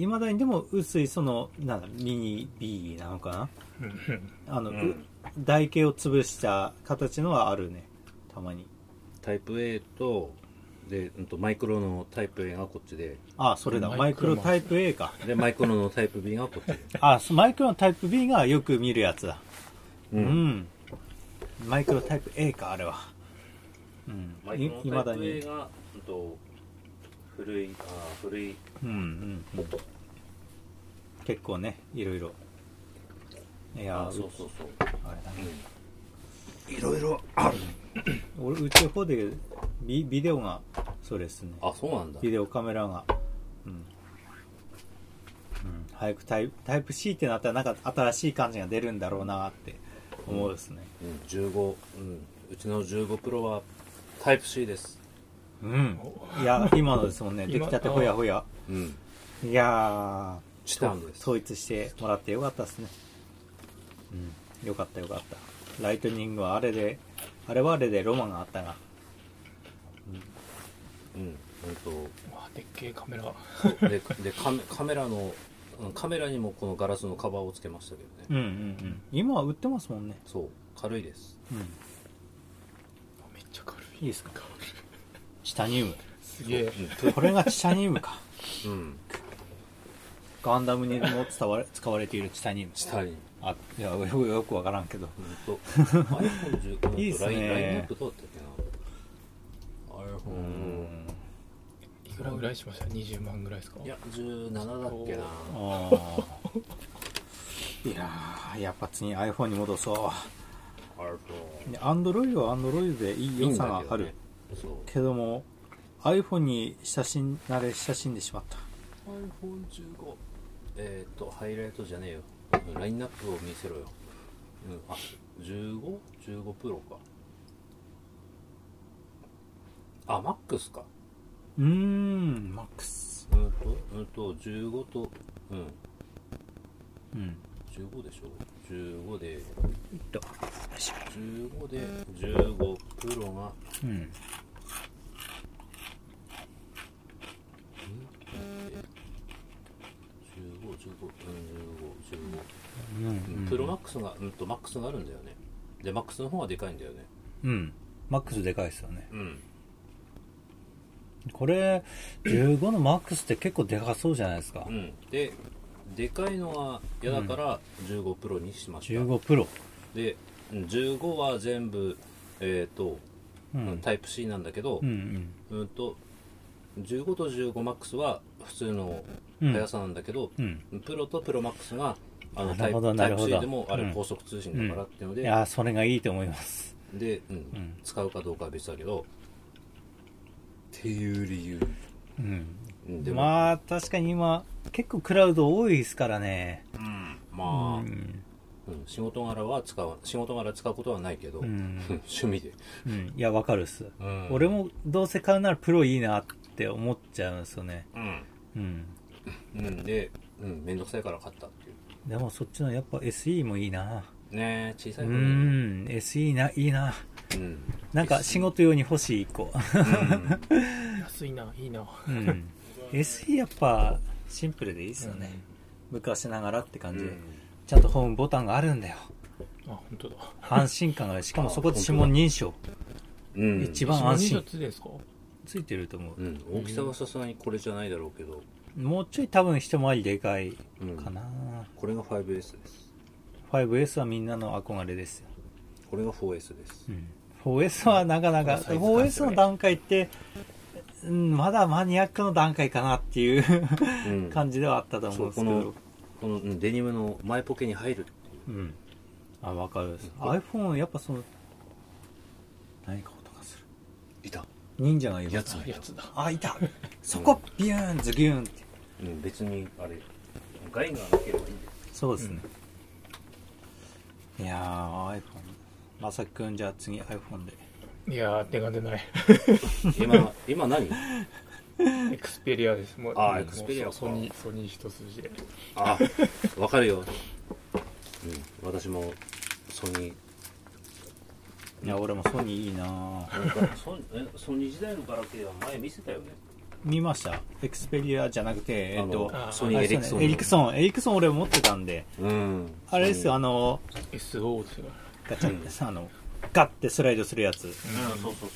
いまだにでも薄いそのなんだミニ B なのかうんなあの、うんう台形を潰した形のはあるねたまにタイプ A とで、うん、とマイクロのタイプ A がこっちであそれだママイイククロロタイプ A かでマイクロのタイプ B がこっちで、あそマイクロのタイプ B がよく見るやつだううんん、マイクロタイプ A かあれはうんマいイクいロまタだイプ A にがうんと古いあー古いうんうんうん結構ねいろいろいやあーーそうそうそうあれだねいろいろある俺うちの方でビビデオがそうですねあそうなんだビデオカメラがうん、うん、早くタイタイプ C ってなったらなんか新しい感じが出るんだろうなって思うですねうん、15、うん、うちの15プロはタイプ C です。うんいや今のですもんね出今来たてほやほやうん。いやチタンーです。統一してもらってよかったですねうんよかったよかったライトニングはあれであれはあれでロマンがあったがうん。うんわでっけえカメラ。と、で、でカメカメラの、うんカメラにもこのガラスのカバーをつけましたけどね。うんうんうん今は売ってますもんねそう、軽いです。うんめっちゃ軽い。いいですかチタニウムすげえ。 これがチタニウムかうん。ガンダムにも伝われ使われているチタニウムチタン。うんあいやよよくわからんけど と、iPhone15 いいっすねラインラインナップどうだったっけな。う iPhone。いくらぐらいしました ?20 万ぐらいですかいや、17だっけな。あーいやーやっぱ次 iPhone に戻そうあれで Android は Android でいいと、良さがあるいいんだけどね。そう。けども iPhone に親しん慣れ親しんでしまった iPhone15 えっ、とハイライトじゃねえようんラインナップを見せろよ、うん、あ 15?15 プロかあマックスかうーん MAX うんとうんと15とうんうん15でしょ15でとよいしょ15で15プロがうん1515 1515うんうんプロマックスがうんとマックスがあるんだよねでマックスの方がでかいんだよねうん MAX でかいですよねうんこれ15の MAX って結構でかそうじゃないですかうん、ででかいのは嫌だから15プロにしました、 15プロでうん15は全部えっ、と、ううんんタイプ C なんだけどう、んうん、と15と15マックスは普通のうん速さなんだけど、うんプロとプロマックスがあのなタるイほプどなタイるプほど C でもあうれん高速通信だからっていうのいで、やーそれがいいと思いますで、うんん使うかどうかは別だけどっていう理由うんうんでも、まあ、まあ確かに今結構クラウド多いですからねうんうん仕事柄は使う仕事柄使うことはないけど、うん 趣味で、うんいやわかるっすうん俺もどうせ買うならプロいいなって思っちゃうんですよねうんうんうん、で、うん、めんどくさいから買ったっていでもそっちのやっぱ SE もいいなう。ねえ、小うさいー頃に。ん SE ないいなうん。なんか仕事用に欲しい1個安いな、いいな。うん SE やっぱシンプルでいいっすよね、昔ながらってう感じで、ん。ちゃんとホームボタンがある んだよあ、本当だ。安心感があるしかもそこであ指紋認証うん。一番安一心月ですかついてると思うう、ん。大きさはさすがにこれじゃないだろうけど、もうちょい多分一回りでかいうん。かな、これが 5S です。 5S はみんなの憧れですよこれが 4S です。 4S はなかなか、サイズ感です 4S よねの段階って、うんまだマニアックの段階かなっていううん。感じではあったと思うんですけそうど。このうんデニムの前ポケに入るっていう。うん。あ、わかるです。iPhone、やっぱその、何か音がするいた忍者がいるやつもいやたつだ。あいたそこビューンズギューンってうん別にあれ害がなければいいんだよそうですね、いやー iPhone まさきくんじゃあ次 iPhone でいやー、手が 出ない。今今何エクスペリアです。もう、あーもうエクスペリアかソニー、ソニー一筋で。あわかるよ、うん、私もソニーいや俺もソニーいいなーなんかソニえソニー時代のガラケーは前見せたよね見ましたエクスペリアじゃなくてえっとあのあソあニーれエですリよクソンねエリクソンエリクソン俺持ってたんでうんあれですよあのの SO ですよ。ガチャンってあのガッてスライドするやつうんそうそうそう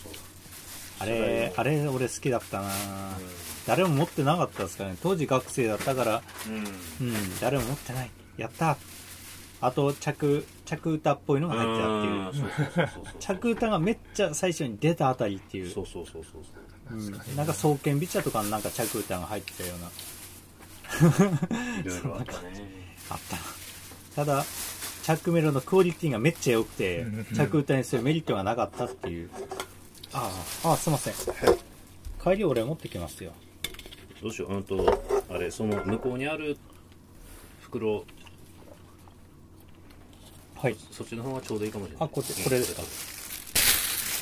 あスライれドあれ俺好きだったなー誰も持ってなかったですからね当時学生だったからうんうん誰も持ってないやったあと着着歌っぽいのが入ってたっていうたっていう着歌がめっちゃ最初に出たあたりっていうそうそうそうそうそううん、なんか双剣ビッチャとかのなんか着歌が入ってたようないろいろあったねあったなただ着メロのクオリティがめっちゃ良くてうん着歌にするメリットがなかったっていうあああすいません帰り俺持ってきますよどうしよううんとあれその向こうにある袋はいそっちの方がちょうどいいかもしれないあこっちこれですか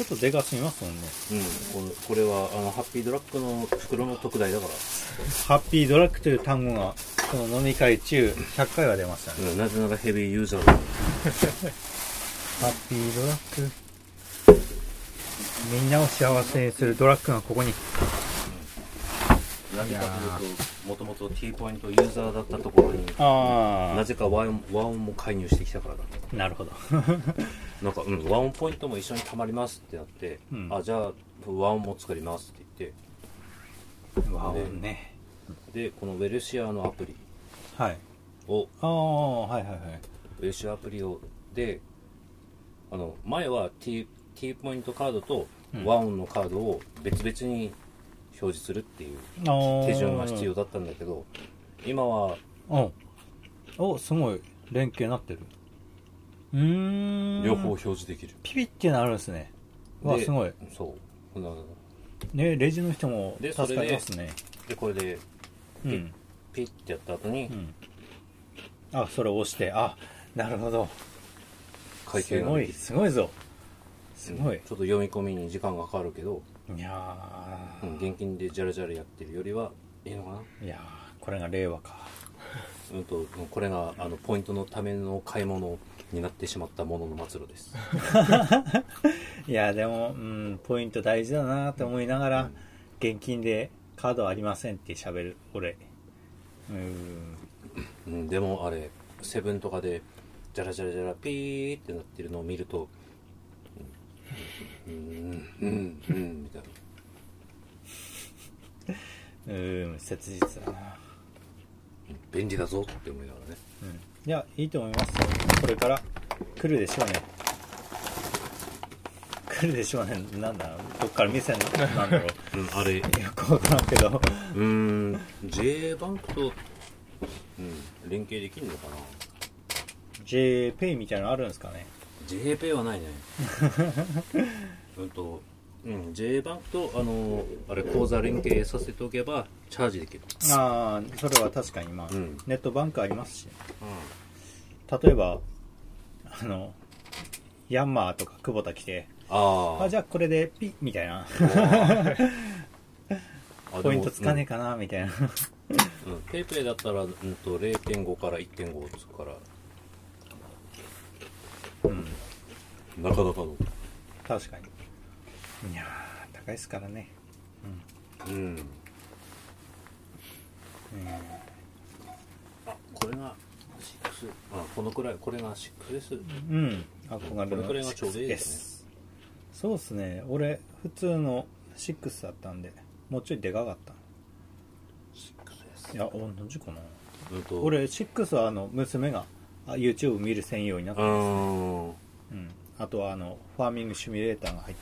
ちょっと出がすみますもんねうんこれこれはあのハッピードラッグの袋の特大だからハッピードラッグという単語がこの飲み会中100回は出ましたねうんなぜならヘビーユーザーだハッピードラッグみんなを幸せにするドラッグがここになぜかというともともと T ポイントユーザーだったところにあなぜか和音和音も介入してきたからだあなる ほどなんか、うん、和音ポイントも一緒に貯まりますってなって、うんあじゃあ和音も作りますって言っわおねてでこのウェルシアのアプリはいをああはいはいはいウェルシアアプリをであの前は T, T ポイントカードと和音のカードを別々に表示するっていう手手順が必要だったんだけど今はうん。お、すごい。連携なってる。うーん。両方表示できる、ピピってなるんですね。わ、ですごい。そうこんなね、レジの人もで助かりますね。でこれでうん。ピッてやった後にうん。あ、それを押して。あ、なるほど。会計すがごでい、きるすごいぞ。すごいうんちょっと読み込みに時間がかかるけど、いやうーん、現金でジャラジャラやってるよりはいいのかな、いやーこれが令和か。うん、とこれがあのポイントのための買い物になってしまったものの末路ですいやーでも、うん、ポイント大事だなって思いながら、現金でカードありませんって喋る、俺。うーん。うん、でもあれセブンとかでジャラジャラジャラピーってなってるのを見るとうんうんうんうん、うん、みたいなうーん、切実だな。うん便利だぞって思いながらねうんいや、いいと思いますよ。これから来るでしょうね。来るでしょうね。なんだ、どっから店なんだろ う。うんあれよくわからんけど。うーん J バンクと、うん、連携できるのかな JPay みたいなのあるんですかね。 JPay はないねうんと、うん、J バンクとあのあれ口座連携させておけばチャージできるああ、それは確かにまあ、うんネットバンクありますし。例えば、あの、ヤンマーとか久保田来て、あーあ、じゃあこれでピッみたいな。あポイントつかねええかな、みたいな。うんうん、ペイペイだったら、うん、と0.5から1.5つくからうん、なかなかの確かに。いやー、高いですからね。うんうんあこれが6あこのくらいこれが6ですうん憧れのこれがちょうどいいですねそうですね俺普通の6だったんでもうちょいでかかったいや同じかなうんと俺6はあの娘があ YouTube 見る専用になっうた、ーんうん、あとはあのファーミングシミュレーターが入っ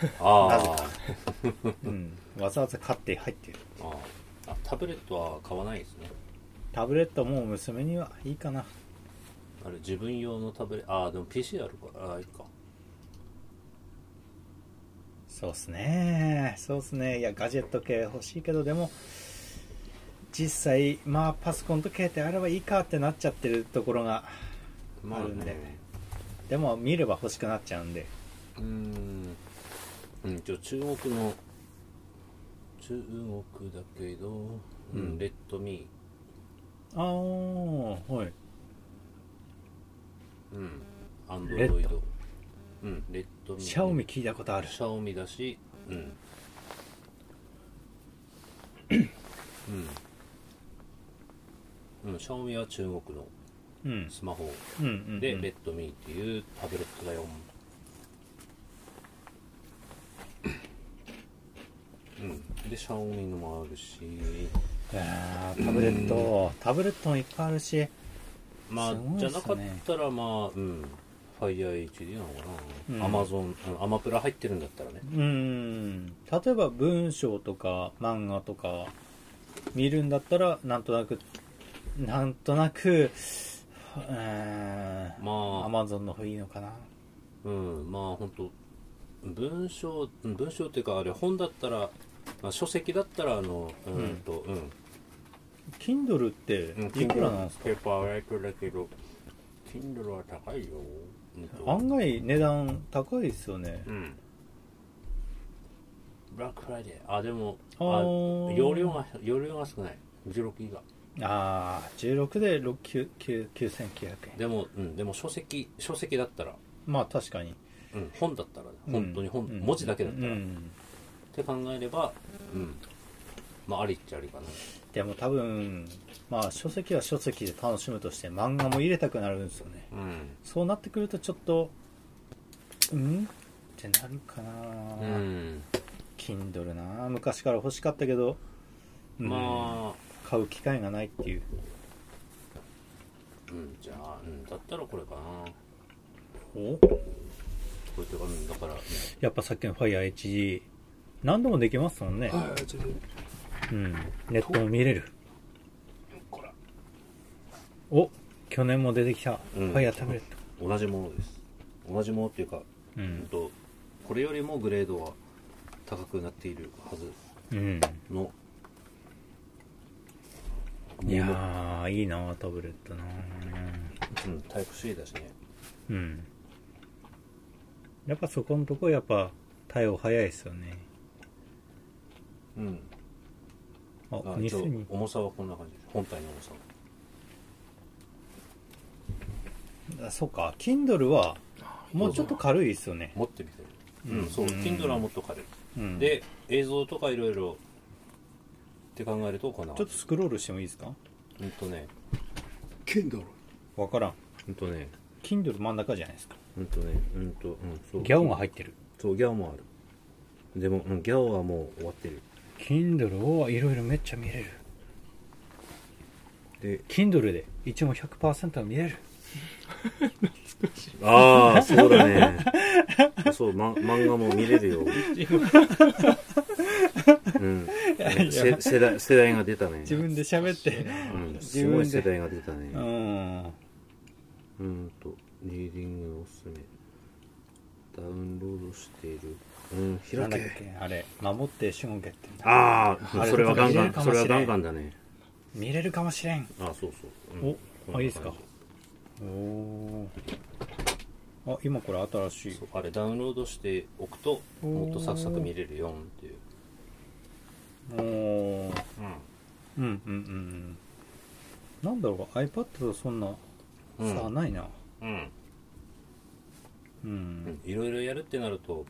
てあなぜー る、うん、わざわざ買って入ってるあーあタブレットは買わないですねタブレットも娘にはいいかなあれ自分用のタブレットああでも PC あるからああいいかそうっすね。そうっすね。いや、ガジェット系欲しいけど、でも、実際、まあ、パソコンと携帯あればいいかってなっちゃってるところが、まああるんでねでも見れば欲しくなっちゃうんで。うーんうんと中国の中国だけど、ううんんレッドミああ、はい。ーうんアンドレッドロイドうんレッドミーシャオミ聞いたことある。シャオミだしうんうんうん、シャオミは中国のうん。スマホうん、うん。で、うんレッドミーっていうタブレットだよ。うん、で、シャオミのもあるし、いやータブレット、タブレットもいっぱいあるし、まあ、すごいっすじねゃなかったら、まあ、うん、ファイヤー HD なのかな、うんアマゾン、うんアマプラ入ってるんだったらね。うん。例えば文章とか漫画とか見るんだったら、なんとなく、なんとなく、うーん、アまあ、マゾンの方がいいのかな。うん、まあ、本当文章、うん文章っていうか、あれ、本だったら、まあ、書籍だったら、あの、うんと、うん、 Kindle っていくらなんですかペーパーライトだけど、Kindle は高いよ。うんと案外値段高いですよねう。ん。ブラックフライデー。あ、でも、あーあ容量が、容量が少ない。16ギガ。ああ、16で6 9 9 9900円。でも、うん、でも書籍、書籍だったら、まあ確かに。うん、本だったらね、うん本当に本、うん文字だけだったら、うっんて考えれば、うん。まあ、ありっちゃありかな。でも多分、まあ書籍は書籍で楽しむとして漫画も入れたくなるんですよね。うん。そうなってくるとちょっとうんってなるかな、うん。 Kindle な昔から欲しかったけど、うんまあ、買う機会がないっていううん、じゃあ、うん、だったらこれかな。おこれとか、うん、だから、やっぱさっきの FireHD 何度もできますもんね、はい、ちょっと。うん、ネットも見れるこらお去年も出てきた、うん Fire タブレット同じものです。同じものっていうか、ううんん、とこれよりもグレードは高くなっているはずうん、のいやーいいなタブレットなうん、タイプ C だしねうんやっぱそこのとこやっぱ対応早いですよねうんああ一応2000重さはこんな感じです本体の重さはあそうか Kindle はもうちょっと軽いですよね持ってみてううんん、そううん Kindle はもっと軽い、うんで映像とかいろいろって考えるとこんなちょ感っとじスクロールしてもいいですかうんとね Kindle わからんうんとね Kindle 真ん中じゃないですかうんとねうんと、うん、そうギャオが入ってるそうギャオもあるでも、うん、ギャオはもう終わってる Kindle をいろいろめっちゃ見れるで Kindle で一応100%は見れる ああ、そうだね。そう、ま、漫画も見れるよ。うん。せ世代、世代が出たね。自分で喋ってうん、自すご分いで世代が出たうね。んうんと、リーディングのおすすめ。ダウンロードしている。うん、な開んだっけ。けあれ守って主語言ってんだあああ、れそれはガンガ見れるン、かもそれはしれガんンガンだね。見れるかもしれんあそうそう。うんおこんなあいいですか感おおーあ今これ新しいじそうあれ、ダウンロードしておくと、もっとサクサク見れるよっていう。おおーうんうんうんうんなんだろう iPad とそんなうん差ないなうん。うん、いろいろやるってなると、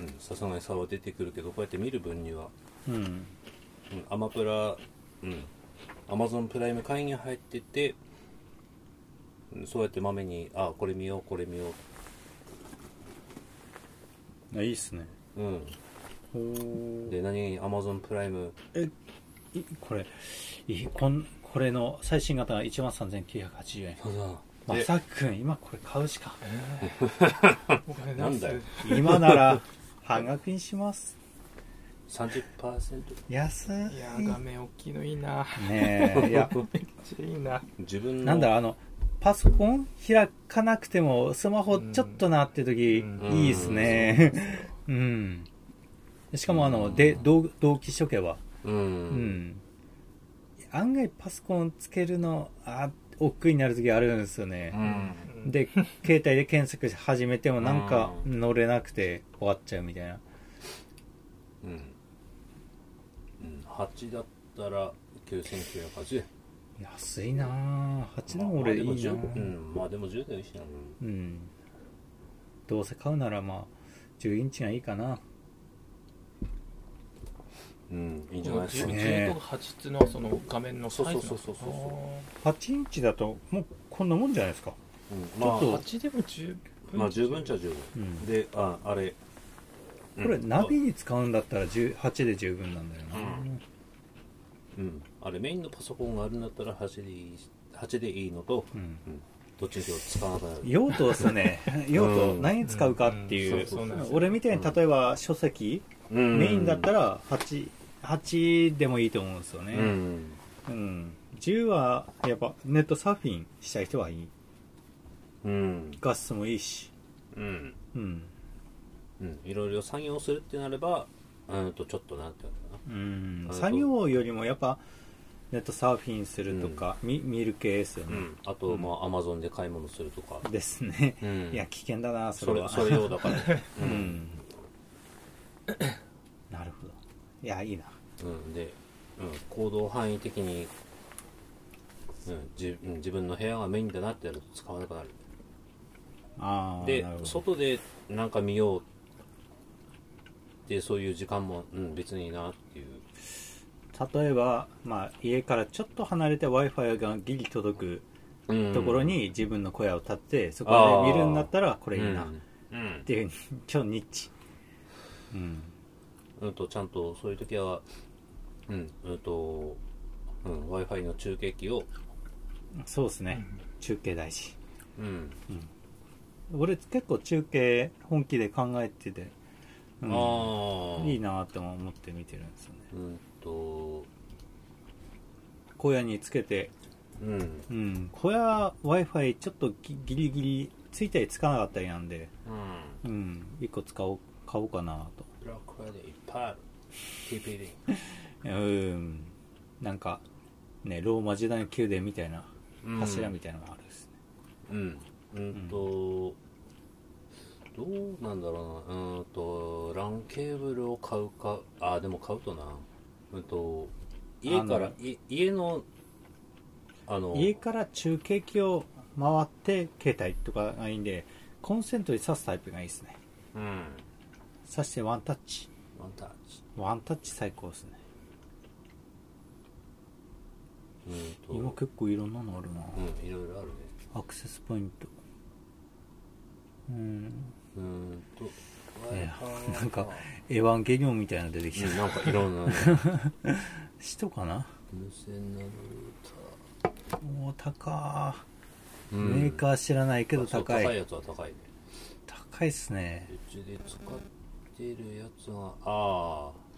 うん、ささない差は出てくるけどこうやって見る分には、うん、うん、アマプラうんアマゾンプライム会員に入ってて、うん、そうやってまめにあこれ見ようこれ見よあいいっすねう、うん、おーで何気にアマゾンプライムいこれいこんこれの最新型が1万3980円ただまさきくん今これ買うしかお金なないっんすだよ今なら半額にします30%安いいやー、画面大きいのいいな。ねえいやめっちゃいいな。 自分のなんだろうあのパソコン開かなくてもスマホちょっとなって時、うんいいっすね、うん。しかも、あの、で、同同期処刑は、う。うんん。案外パソコンつけるの、あ、億劫になる時あるんですよね。うん。うんで、携帯で検索し始めてもなんか乗れなくて終わっちゃうみたいな。うん。うん。8だったら9980円。安いなぁ。8でもまあ俺いでもいな10ぁうん。まあでも10でもいいしな。うんうん。どうせ買うならまあ、10インチがいいかな。うん。いいんこじゃないのですか。ね10とか8っていうのはその画面のサイズなのそうそうそうそうそ8インチだともうこんなもんじゃないですか。うんちょっとまあー8でも十あ、分。まあ十分っちゃ十うん分。で、あ、あれ。これうんナビに使うんだったら10 8で十分なんだよな。うん、あれメインのパソコンがあるんだったら8でいいし8でいいのと、うん。うん、どっちにしろ使わない用途ですよ ね。用途、うん何使うかってうんいそううそうそう俺みたいに例えば書籍、メインだったらら8、8でもいいと思うんですよね。うん、うん、10はやっぱネットサーフィンしたい人はいいうん画質もいいし、うんうんうん、いろいろ作業するってなればうんとちょっとなってうんあ、と作業よりもやっぱネットサーフィンするとか、み見る系ですようね、ん、あとまあアマゾンで買い物するとか、ですね、うん、いや危険だなそそれれはそれ用だから、 うんなるほどいやいいなうん、で、うん、行動範囲的に、うんじうん、自分の部屋がメインだなってやると使わなくなるああでなるほど外でなんか見ようってそういう時間も、うん、別にいいなっていう例えば、まあ、家からちょっと離れて w i f i がギリ届くところ、に自分の小屋を建ててそこで見るんだったらこうれんいいな、うっんうんていう超ニッチうんうんとちゃんとそういう時は、うんうんとうん w i f i の中継機を、そうですね、中継大事うん俺結構中継本気で考えてて、うんああいいなって思って見てるんですよねうんと小屋につけて、うんうん、小屋 w i f i ちょっとギギリギリついたりつかなかったりなんで、うんうん、1個使おう買おうかなとブラックフライデーいっぱいある TP リンうんなんかねローマ時代の宮殿みたいなうん柱みたいなのがあるですね、うん、うんと、どうなんだろうな、うんと、LAN ケーブルを買うか、あ、でも買うとな、うんと、家からあ、い家の、あの、家から中継機を回って携帯とかがいいんでコンセントに挿すタイプがいいですねうん、挿してワンタッチワンタッチ。ワンタッチ最高ですねうん今と、結構いろんなのあるなうん、いろいろあるね。アクセスポイントうんうんと、いや Wi-Fi なんかエヴァンゲリオンみたいなの出てきうたん、なんかいろんなね、使徒かな無線なルーおお高ター。ーメーカーー知らないけど高い、高いやつは高いね。高いっすねうちで使ってるやつが、ああ、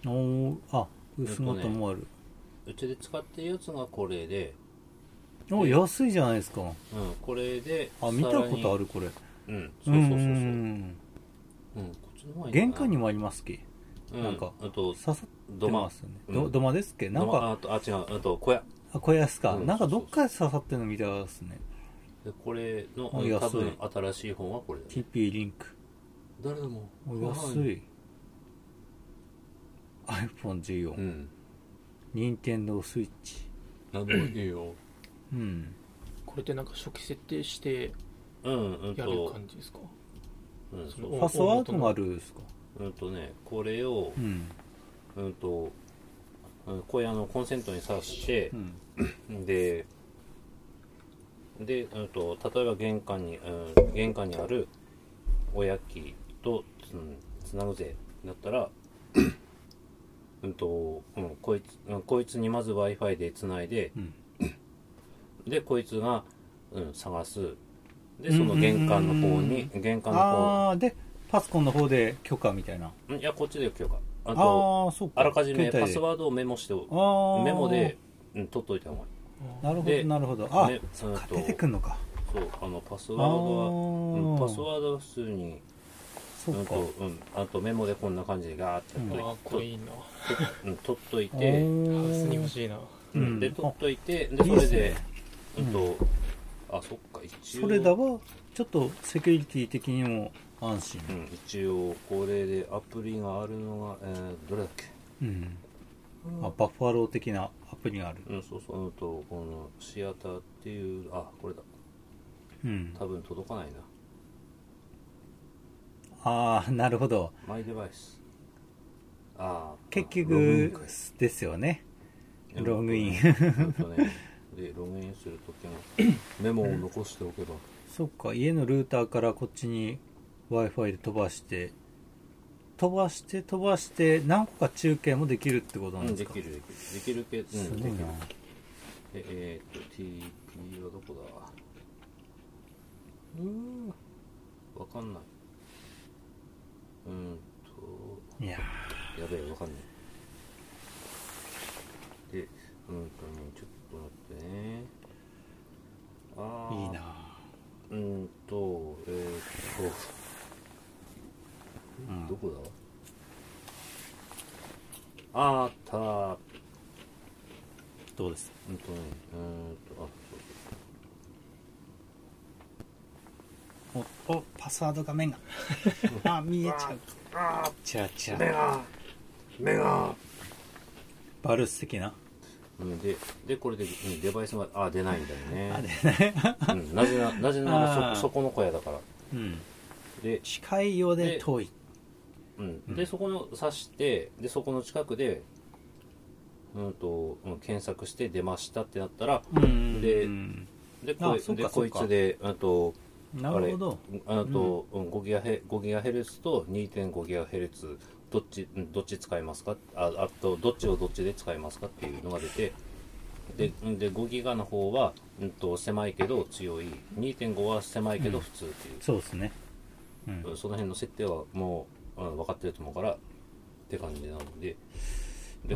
おおあ薄のともある、うちで使ってるやつがこれで、お安いじゃないですかうん、これであ見たことあるるこれうんそうそうそうそうううんんこっちの方がいい玄関にもありますきうなんかあと刺さってますよね土間どうん土間ですっけなんどまかあとあ違うあと小屋あこれですか、うんなんかどっかで刺さってるの見たらですねでこれのあうん安い多分新しい方はこれだ、ね、 TP リンク誰でもお安い iPhone14、うん Nintendo Switch なんでもい いようんこれってなんか初期設定してうんうんやると感じですかうんそそのうパスワードがあるですかうんとねこれをうんうんとうん小屋のコンセントに挿してう、んでで、うん、と例えば玄関に、うん、玄関にある親機とつ,、うん、つなぐぜだったらうんと、うん、こいつうんこいつにまず w i f i でつないでうんでこいつが、うん、探すでその玄関の方うんうんに玄関の方ああでパソコンの方で許可みたいなうんいやこっちでよ今日かああとあーそうかあらかじ携めパ帯でスワードをメモしておあーメモで、うん、取っといた方なるほどでなるほどあ、がいいねうんと出てくんのかそうあのパスあワードはうんーパスワードは普通にそうんうか。と、うん、あとメモでこんな感じでガーってうんああこ取っれいいなと,、うん、取っといおて、ハウスに欲ーしいなうん、でうん取っといてでいそいっれすでねうんとあそっか一応それだわ。ちょっとセキュリティ的にも安心う。ん、一応これでアプリがあるのが、えーどれだっけうん。あ、バッファロー的なアプリがある。うんそうそううんとこのシアターっていうあこれだうん。多分届かないなああ、なるほど。マイデバイスああ結ログイン局か、ですよね。ログインうんとねでログインするときもメモを残しておけばそっか、家のルーターからこっちに Wi-Fi で飛ばして、飛ばして飛ばして何個か中継もできるってことうなんんでですきか、るできるできるけ、うすん、ごでいきなる。ええーっと TP はどこだうーんわかんないうーんいやとやべえわかんないでうーんとねちょっと待ってねあーーいいなうーんとえーうっとどん。こだあーったーどうですうんとねうーんとあそうそうお、お、パスワード画面 が。あ、見えちゃう。あちゃちあ、目ゃ。が、目が。バルス的な。うん、ででこれで、うん、デバイスがあ出ないんだよねあれね。うん、なぜななぜなあらーそそこの小屋だからうん。で,、近いようで遠い。うん、うでんそこの刺してでそこの近くで、うんとうん、検索して出ましたってなったらうん。でうんであこいそっかでこいそっかつであとなるほど。あれあと、うん、5ギガヘ5ギガヘルツと2.5ギガヘルツどっちうんどっち使いますかああとどっちをどっちで使いますかっていうのが出てでうんで5ギガの方は、うん、と狭いけど強い2.5は狭いけど普通っていう、そうですね。うん。その辺の設定はもう、うん、分かってると思うからって感じなのでで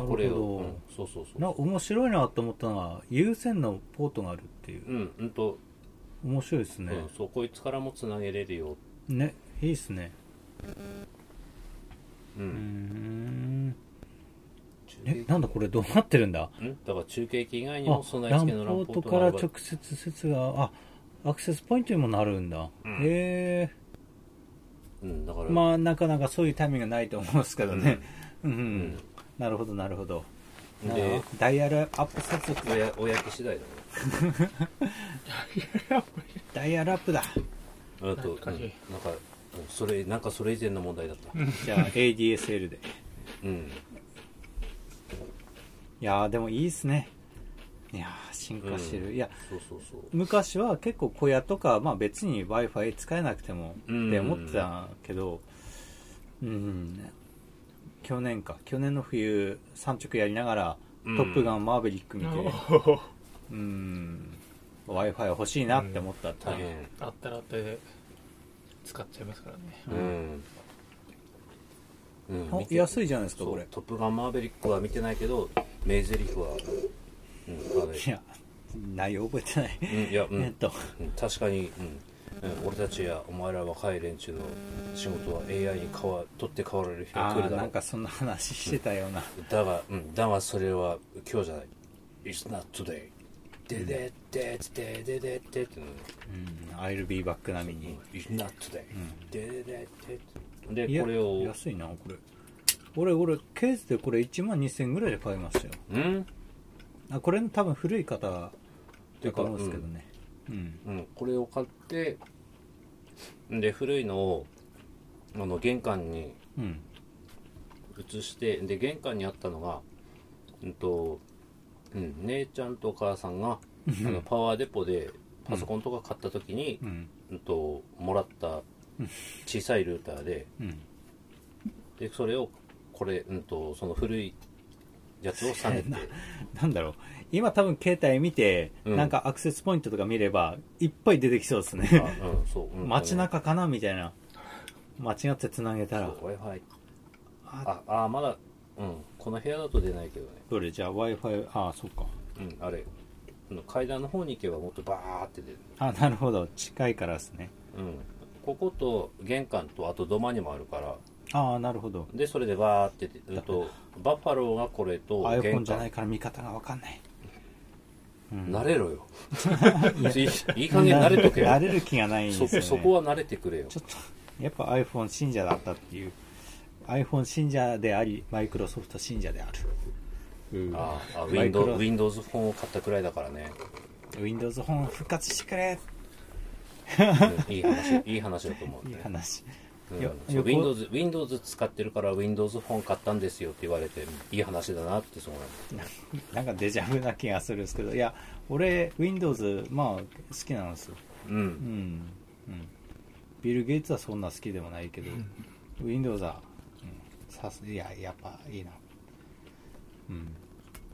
なるほどこれを、うん、そうそうそなう面白いなと思ったのは、有線のポートがあるっていう。うんうんと、面白いですうね。ん、そうこいつからもつなげれるよ、ねいいっすねううーん、ん中え継なんだこれどうなってるんだうんだから中継機以外にあも備えラン付ポけのランーポトートかがらあれば直接説があアクセスポイントにもなるんだ、へえうんだからまあなかなかそういうタイミングないと思うんですけどねうん、うんんなるほどなるほどなるほでどダイヤルアップ接続おやおやき次第だね ダイヤルアップだあと、うん、なん懐かかしいうんそれなんかそれ以前の問題だった じゃあ ADSL でうんいやーでもいいっすねいやー進化してる、うんいやそうそうそう昔は結構小屋とか、まあ、別に w i f i 使えなくてもうんって思ってたけど、うん、去年か去年の冬三直やりながら「トうんップガンマーヴェリック」見て、おーうん w i f i 欲しいなって思ったって大いう、変あったらあったで使っちゃいますからねうん、うんお見て安いじゃないですかそうこれトップガンマーベリックは見てないけど名台詞はうんあれいや内容覚えてない、うんいや、うんえっとうん確かに、うんうん俺たちやお前ら若い連中の仕事は AI に変わ取って代わられる日があ来るーだろなうんかそんな話してたような、だが、うん、だがそれは今日じゃない It's not today ででででででででってうん、I'll be back 並みに、 It's not today ででででいでやこれを安いなこれ俺俺ケースでこれ1万2000円ぐらいで買いましたようんあこれの多分古い方だと思うんですけどねうん、うん、これを買ってで古いのをあの玄関にうん、移してで玄関にあったのが、うんとうん、姉ちゃんとお母さんがあのパワーデポでパソコンとか買った時にう、んうんともらった小さいルーターでうんでそれをこれ、うん、とその古いやつを下 げてななんだろう今多分携帯見て、うんなんかアクセスポイントとか見ればいっぱい出てきそうです あねうんそう、うん、街中かなみたいな間違って繋げたら w i f i あああまだ、うん、この部屋だと出ないけどねどれじゃあ w i f i ああそっかうん、あれ、あの階段の方に行けばもっとバーって出る。あなるほど近いからですねうん。ここと玄関とあと土間にもあるからああなるほどでそれでバーってて、うん、とバッファローがこれと iPhone 玄じゃな関いから見方が分かんない、うん慣れろ よいいいい加減慣れとけよ慣れる気がないんですそよ、ね、そこは慣れてくれよちょっとやっぱ iPhone 信者だったっていう iPhone 信者でありマイクロソフト信者である、うんあああマイクロ Windows, Windows フォンを買ったくらいだから ね Windows 本復活してくれうんいい話いい話だと思う、いいね話うんいやそうよく Windows, Windows 使ってるから Windows フォン買ったんですよって言われていい話だなってそうなんかデジャブな気がするんですけどいや俺 Windows まあ好きなんですよなのううんんうんビル・ゲイツはそんな好きでもないけど Windows は、うん、さすいややっぱいいなうん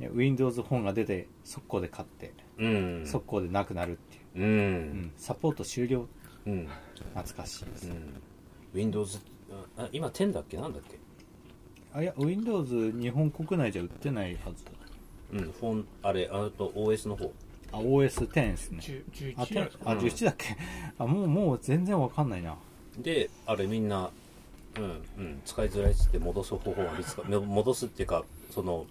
で Windows 本が出て速攻で買ってうん速攻でなくなるっていう、ううんん、サポート終了うん、うん懐かしいです、 Windows ああ今10だっけなんだっけあいや Windows 日本国内じゃ売ってないはずだうんフォンあれあと OS の方あ OS10 ですね10 11あやろ10あ11だっけ、 あもうもう全然わかんないなであれみんなうんうん使いづらいっつって戻す方法は見つかめ 戻すっていうかその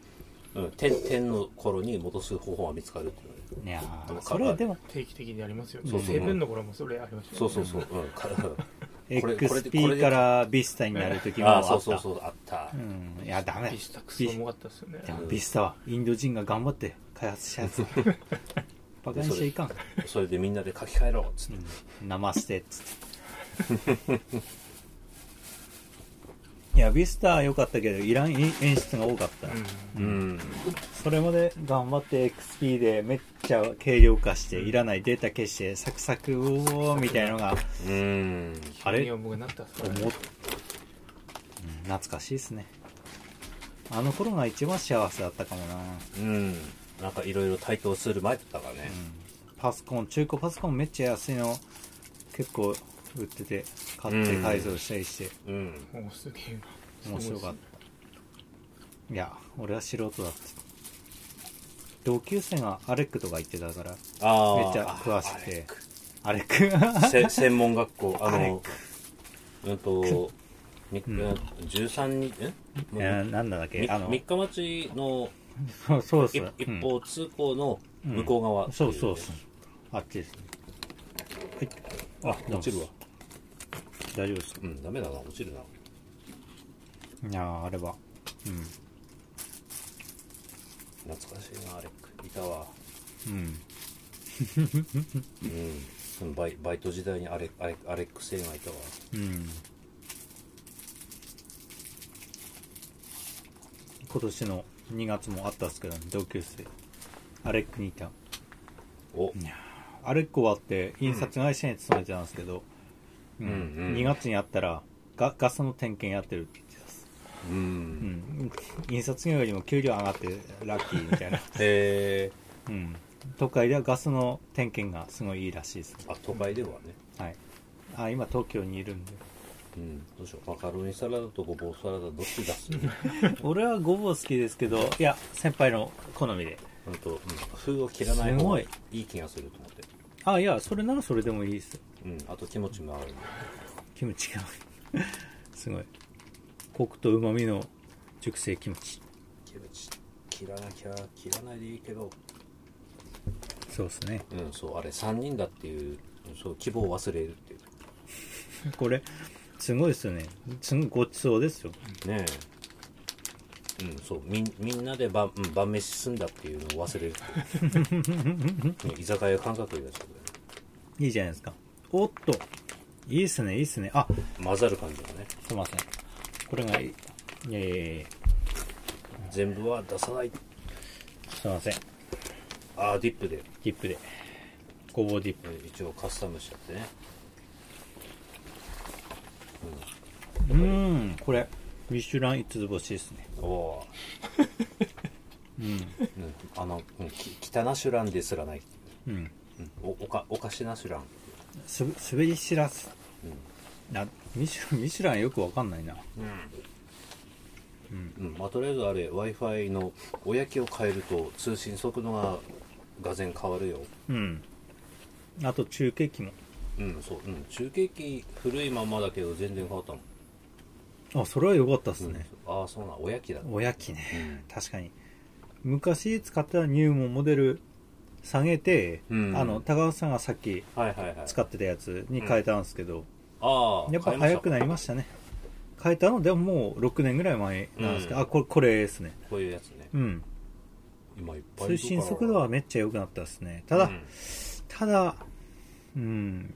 うん点点の頃に戻す方法は見つかるっていうのねいやでーもそれはでも定期的にありますよそうそうセブンの頃もそれありましたよそうそうそう うんかこれこれでこれ XP でからビスタになる時もああっ あたそうそうそうあったうんいやダメビスタクソ重かったですよねでもビスタはインド人が頑張って開発したや つバカにしちゃいかんそれでみんなで書き換えろっつってナマステっつっていやビスタは良かったけどいらん演出が多かった、ううんそれまで頑張って XP でめっちゃ軽量化していらないデータ消してサクサクうおーみたいのがうんあれ急に僕なったっすからね思っうん懐かしいですねあの頃が一番幸せだったかもな、うんなんかいろいろ対等する前だったからねパソコン中古パソコンめっちゃ安いの結構売ってて買って改造したりして、うんおすげえな面白かっすたいや俺は素人だって同級生がアレックとか行ってたからああめっちゃ詳しくてアレックせ専門学 校ああれのうんとみんうん13日えいやなんだっけみあの三日町のそうそうそ一うう一ん方通行の向こう側、そうそうそうあっちですねはい落ちるわ大丈夫ですかうんダメだな落ちるないやーあれはうん懐かしいなアレックいたわうんうんそのバイバイト時代にアレアレアレック星がいたわうん今年の2月もあったんですけど、ね、同級生アレックにいたおアレック終わって印刷会社に勤めてたんですけど、ううんうん2月に会ったらガガスの点検やってるって言ってたっす、ううんん、印刷業よりも給料上がってラッキーみたいな、え うん、都会ではガスの点検がすごいいいらしいです、ー、あ都会ではねはい、あ今東京にいる んでうんどうしようマカロニサラダとごぼうサラダどっち出す俺はごぼう好きですけどいや先輩の好みでほんと、うん、風を切らない方がすいい気がすると思ってあいやそれならそれでもいいですようんあと気持ちも上がるキムチがすごい コクとうまみの熟成キムチキムチ切らなきゃ切らないでいいけどそうですねうんそうあれ3人だっていうそう希望を忘れるっていうこれすごいですよねすごいごちそうですよねえうんそうみんみんなで晩うん晩飯済んだっていうのを忘れる っていううん居酒屋感覚でちょっいいじゃないですかおっといいっすねいいっすねあとね混ざる感じがねすいませんこれがいいいやいやいやいや全部は出さないすいませんああディップで、ディップでごぼうディッえー一応カスタムしちゃってねプうーんこれミシュラン5つ星ですねおおー うん、あの、うん、き汚しゅらんですらない、うんうん、おおかおかしなしゅらんす滑り知らす、なミシュミシュランよくわかんないなうんまあ、とりあえずあれ w i f i のおやきを変えると通信速度ががぜん変わるようんあと中継機もうんそううん中継機古いまんまだけど全然変わったもんあそれは良かったですうんね、ああそうなんおやきだおやきね確かに昔使ってたニューもモデル下げて、うんあの高橋さんがさっきはいはいはい使ってたやつに変えたんですけど、ああやっぱ買いまし早たくなりましたね変えたのでももう6年ぐらい前なんですけど、うんあこれこれですねこういうやつねうん今いっぱいい通るか信ら速度はめっちゃ良くなったですねたうだ、んただうん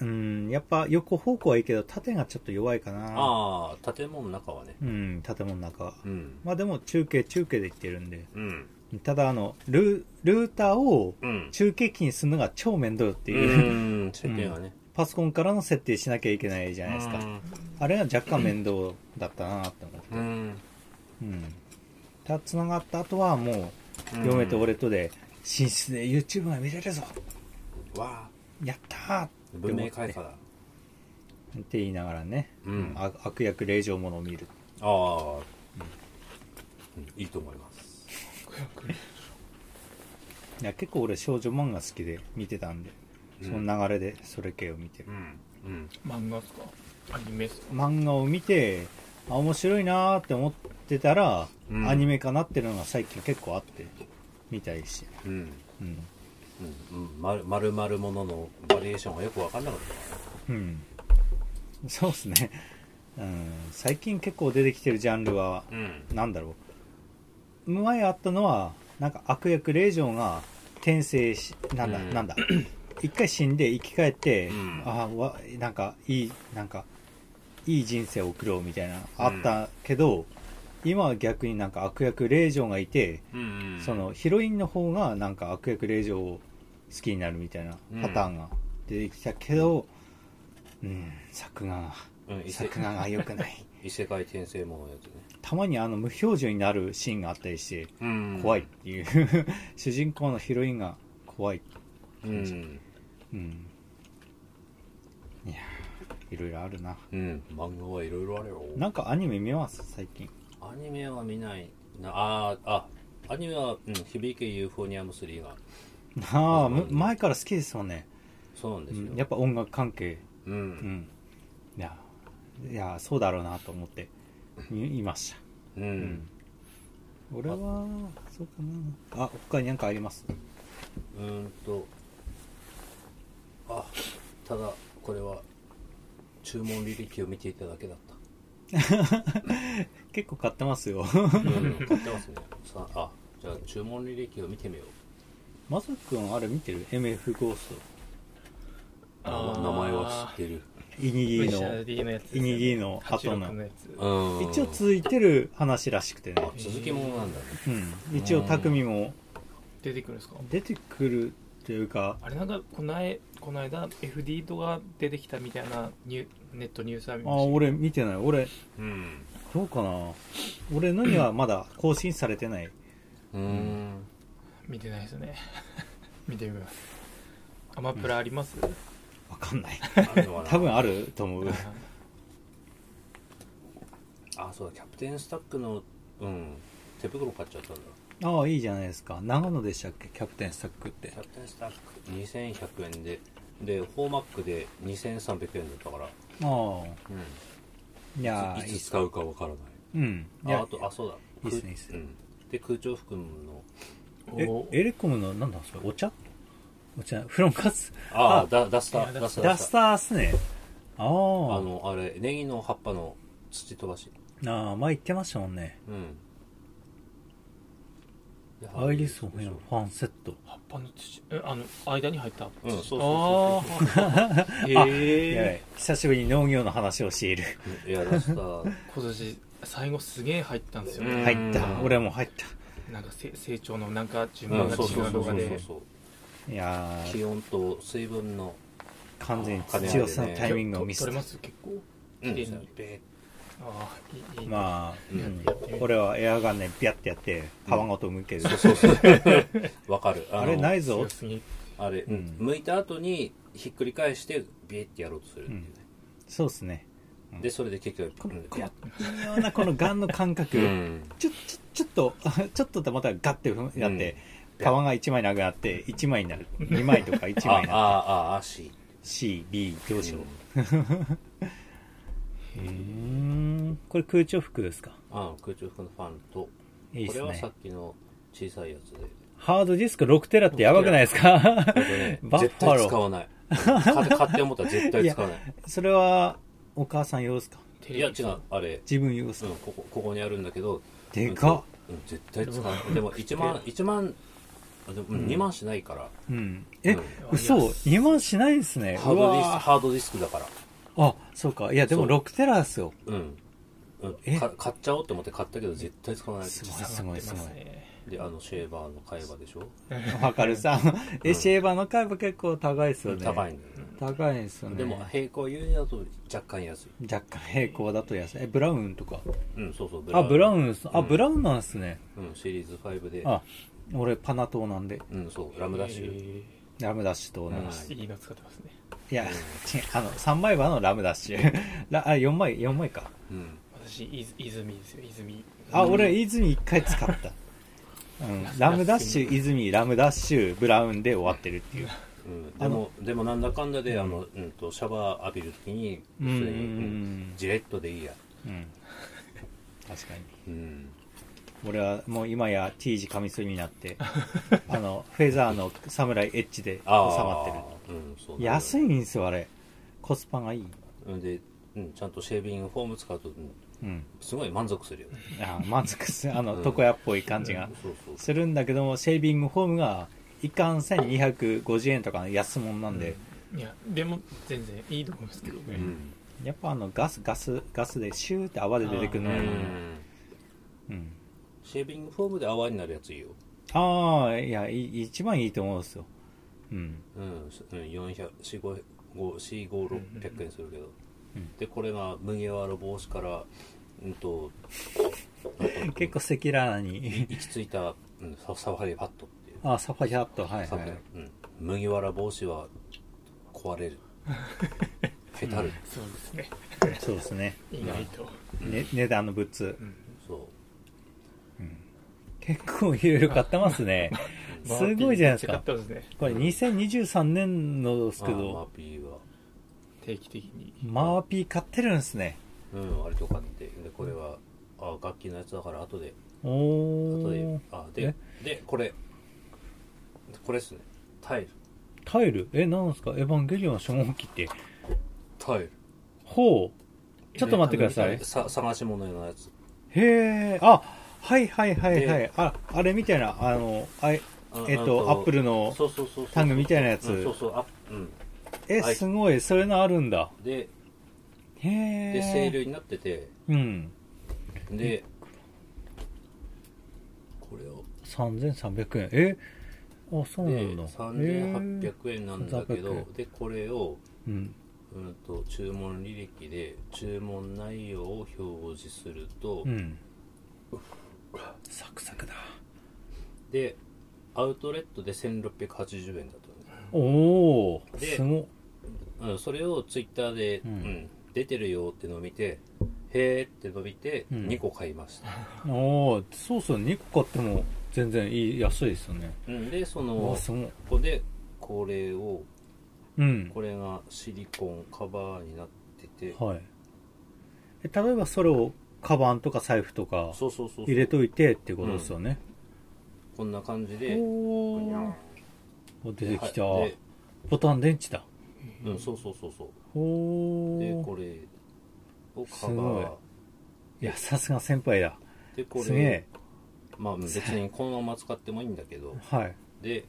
うんやっぱ横方向はいいけど縦がちょっと弱いかなああ建物の中はねうん建物の中はうんまあでも中継中継できてるんでうんただあのルールーターをうん中継機にするのが超面倒ってういう、ん世間はね パソコンからの設定しなきゃいけないじゃないですか、うんあれは若干面倒だったなって思って、うんうん、ただ繋がった後はもううん嫁と俺とで寝室で YouTube が見れるぞわあやったーっ文明開化だて言いながらね、うんああ悪役令状ものを見るあーうんいいと思いますいや結構俺少女漫画好きで見てたんで、うんその流れでそれ系を見てるう、んうん漫画っすかアニメっすか漫画を見てあ面白いなーって思ってたら、うんアニメ化なってるのが最近結構あって見たりして、うんうんうんうんまるまるまるもののバリエーションがよく分かんなかっうん、そうですね、うん、最近結構出てきてるジャンルはたうんなんだろう前あったのはなんか悪役令嬢が転生しなんだ、うんなんだ一回死んで生き返って、うんああわなんかいいなんかいい人生を送ろうみたいなあったけど、今は逆になんか悪役令嬢がいて、うんうんそのヒロインの方がなんか悪役令嬢を好きになるみたいなパターンが出てきたけどうん、作画がうん異世作画が良くない異世界転生もののやつねたまにあの無表情になるシーンがあったりしてうん怖いっていう、主人公のヒロインが怖いうんうんいやーいろいろあるなうん漫画はいろいろあるよなんかアニメ見ます最近アニメは見ないなあーあアニメは、うん、響けユーフォニアム3がああうんむ前から好きですもんねそうなんでうすよ、んやっぱ音楽関係うん、うんいやいやそうだろうなと思っていいましたうんうん俺はそうかなあ他に何かありますうーんとあただこれは注文履歴を見ていただけだっ結構買ってますよ た、うん、買ってますねさあじゃあ注文履歴を見てみようまさくんあれ見てる MF ゴース名前は知ってるトイニギーの VCRD のやつですイよねニギーの後86のやつうん一応続いてる話らしくてねあ、続きものなんだねうん、一応匠も出てくるんですか出てくるというかあれなんかこないこの間 FD とが出てきたみたいなニュネットニュースありあました俺見てない俺うんどうかな俺のにはまだ更新されてないうん見てないですね 見てみますアマプラあります、わかんない あるのかな多分あると思うああそうだキャプテンスタックのうん手袋買っちゃったんだああいいじゃないですか長野でしたっけキャプテンスタックってキャプテンスタック2100円ででフォーマックで2300円だったから、あうあいやーん、いつ使うかわからないうんいあやあとあそうだいいっすねいいっすねうん、で空調服のえおエレコムのなんだそれお茶お茶フロンカツああだダスタいーやダスターダスターっすねあああのあれネギの葉っぱの土飛ばしああ前言ってましたもんねうんでアイリスオフェンファンセット葉っぱの土えあの間に入ったうんそうそうあそあ やばへえい久しぶりに農業の話をしているうそういやダスタ ー今年最後すげえ入ったんですよ、うんね入った俺も入っなんかせ成長のなんか順う番んがそう違そううそのうそがうでそうたいやー気温と水分の完全に土寄せのタイミングをミスっ取れまたす結構うん綺麗にべああいいいいまあ、うんうん俺はエアガンねビャってやって皮ごと剥ける、 ーわかるのあれないぞ強すぎあれ、うんうん剥いた後にひっくり返してビエってやろうとするっていうね、そうっすねうんでそれで結局うんビャッ微妙なこのガンの感覚、うん ちょちょちょっとちょっとってまたガッてやって、玉が1枚なくなって、1枚になる。2枚とか1あ枚になる。あああし C、B、どうしよう。うん うーん。これ空調服ですかあ空中服のファンといいでこれすはさっね。きの小さいやつ でハードディスク6テラってやばくないですかこれね バッ絶ファ対ロ使ー。わない買って買って思ったら絶対使 わないそれは、お母さん用ですかテいやレ違ビうあれ、自分用ですうかん、ここここにあるんだけどでかっうん、うん絶対使わないでも1万1万あでも、うん、2万しないからうん。えうん、嘘いや ?2 万しないですね。ハードディスクうわハードディスクだからーあ、そうか。いや、でもそう6テラですよ。うん、うん、えか買っちゃおうと思って買ったけど絶対使わないすごい下がってますねであのシェーバーの会話でしょ、わかるさ。え、シェーバーの回も結構高いですよね。高いい。んだよね高いですよね。でも平行輸入だと若干安い若干平行だと安い。え、ブラウンとか。うんそうそうブあ、ブラウン、ン、あ、ブラウンなんですね。うん、シリーズ5であ、俺パナ党なんで、うんそうラムダッシュ、ラムダッシュと同じ。うんいいいの使ってますねや、ち あの、3枚刃のラムダッシュ。 ラあ、4枚、四枚か。うん私いず泉ですよ泉あ、俺、泉1回使 った。うん、ラムダッシュ、泉、ラムダッシュ、ブラウンで終わってるっていう。うん、でもでもなんだかんだで、あのうん、とシャワー浴びるときにうん普通に、うんジレットでいいや、うん。確かに。うん、俺はもう今や T 字カミソリになっ て、あの、フェザーのサムライエッジで収ああまってる。る、うん、そう安いいんですよ、あれ。コスパがいい。で、うん、ちゃんとシェービングフォーム使うと、うんうん。すごい満足するよねあ満足する。あの、うん床屋っぽい感じがそうそうするんだけども、シェービングフォームが、いかん1250円とかの安物なんで、いやでも全然いいと思いますけどね、うんやっぱあの、ガス、ガス、ガスでシューって泡で出てくるのうがいいんうん。シェービングフォームで泡になるやついいよ、ああ、いや、い一番いいと思うんですよ。うん。うん、4500600円するけど、うんでこれが麦わら帽子から、うん、と結構赤裸々に、 行き着いた、うん、ササファリパッドっていう、ああ、サファリハット、はいサはファリい。うん、麦わら帽子は壊 れるへたる、そうですねそうですね。意外と、ね、値段の物そ結構いろいろ買ってますね。すごいじゃないですマかー。ティンめっちゃ買ってますねこれ2023年のですうけあーマーど、ピーは定期的にマーピー買ってるんですね。うんあれとかってでこれはあー楽器のやつだから後でおー後で。あーででこれこれですねタイルタイルえ、なんですかエヴァンゲリオンの初号機って。タイルほう。ちょっと待ってください。さ探し物のやつへー。あ、はいはいはいはでい。あ、あれみたいな、あの、あえあえっと、アップルの、そうそうそうそうタングみたいなやつうんそうそうあうんえ、はいすごい、それのあるんだ。でへー。で清涼になっててうん。でこれを3300円。えあ、そうでなんだ。へー3800円なんだけ3800ど円でこれをうん。うんと注文履歴で注文内容を表示すると、うん。サクサクだ。でアウトレットで1680円だと、おお、ですごっ。うん、それをツイッターで、ううんん出てるよってのを見てへーって伸びてうん2個買い ました、おお、そうそう、2個買っても全然いい、安いですよね。うん、でそおのお、すごい。ここでこれをうん。これがシリコンカバーになっててはい。え例えばそれを、カバンとか財布とかそうそうそうそう入れといてってことですよね。こんな感じおでおお出てきた。はいでボタン電池だ。うん、そうそうそうそおうでおこれをカすごいバいや、さすが先輩だ。ーでこすげれえ。まあ別にこのまま使ってもいいんだけどはい。で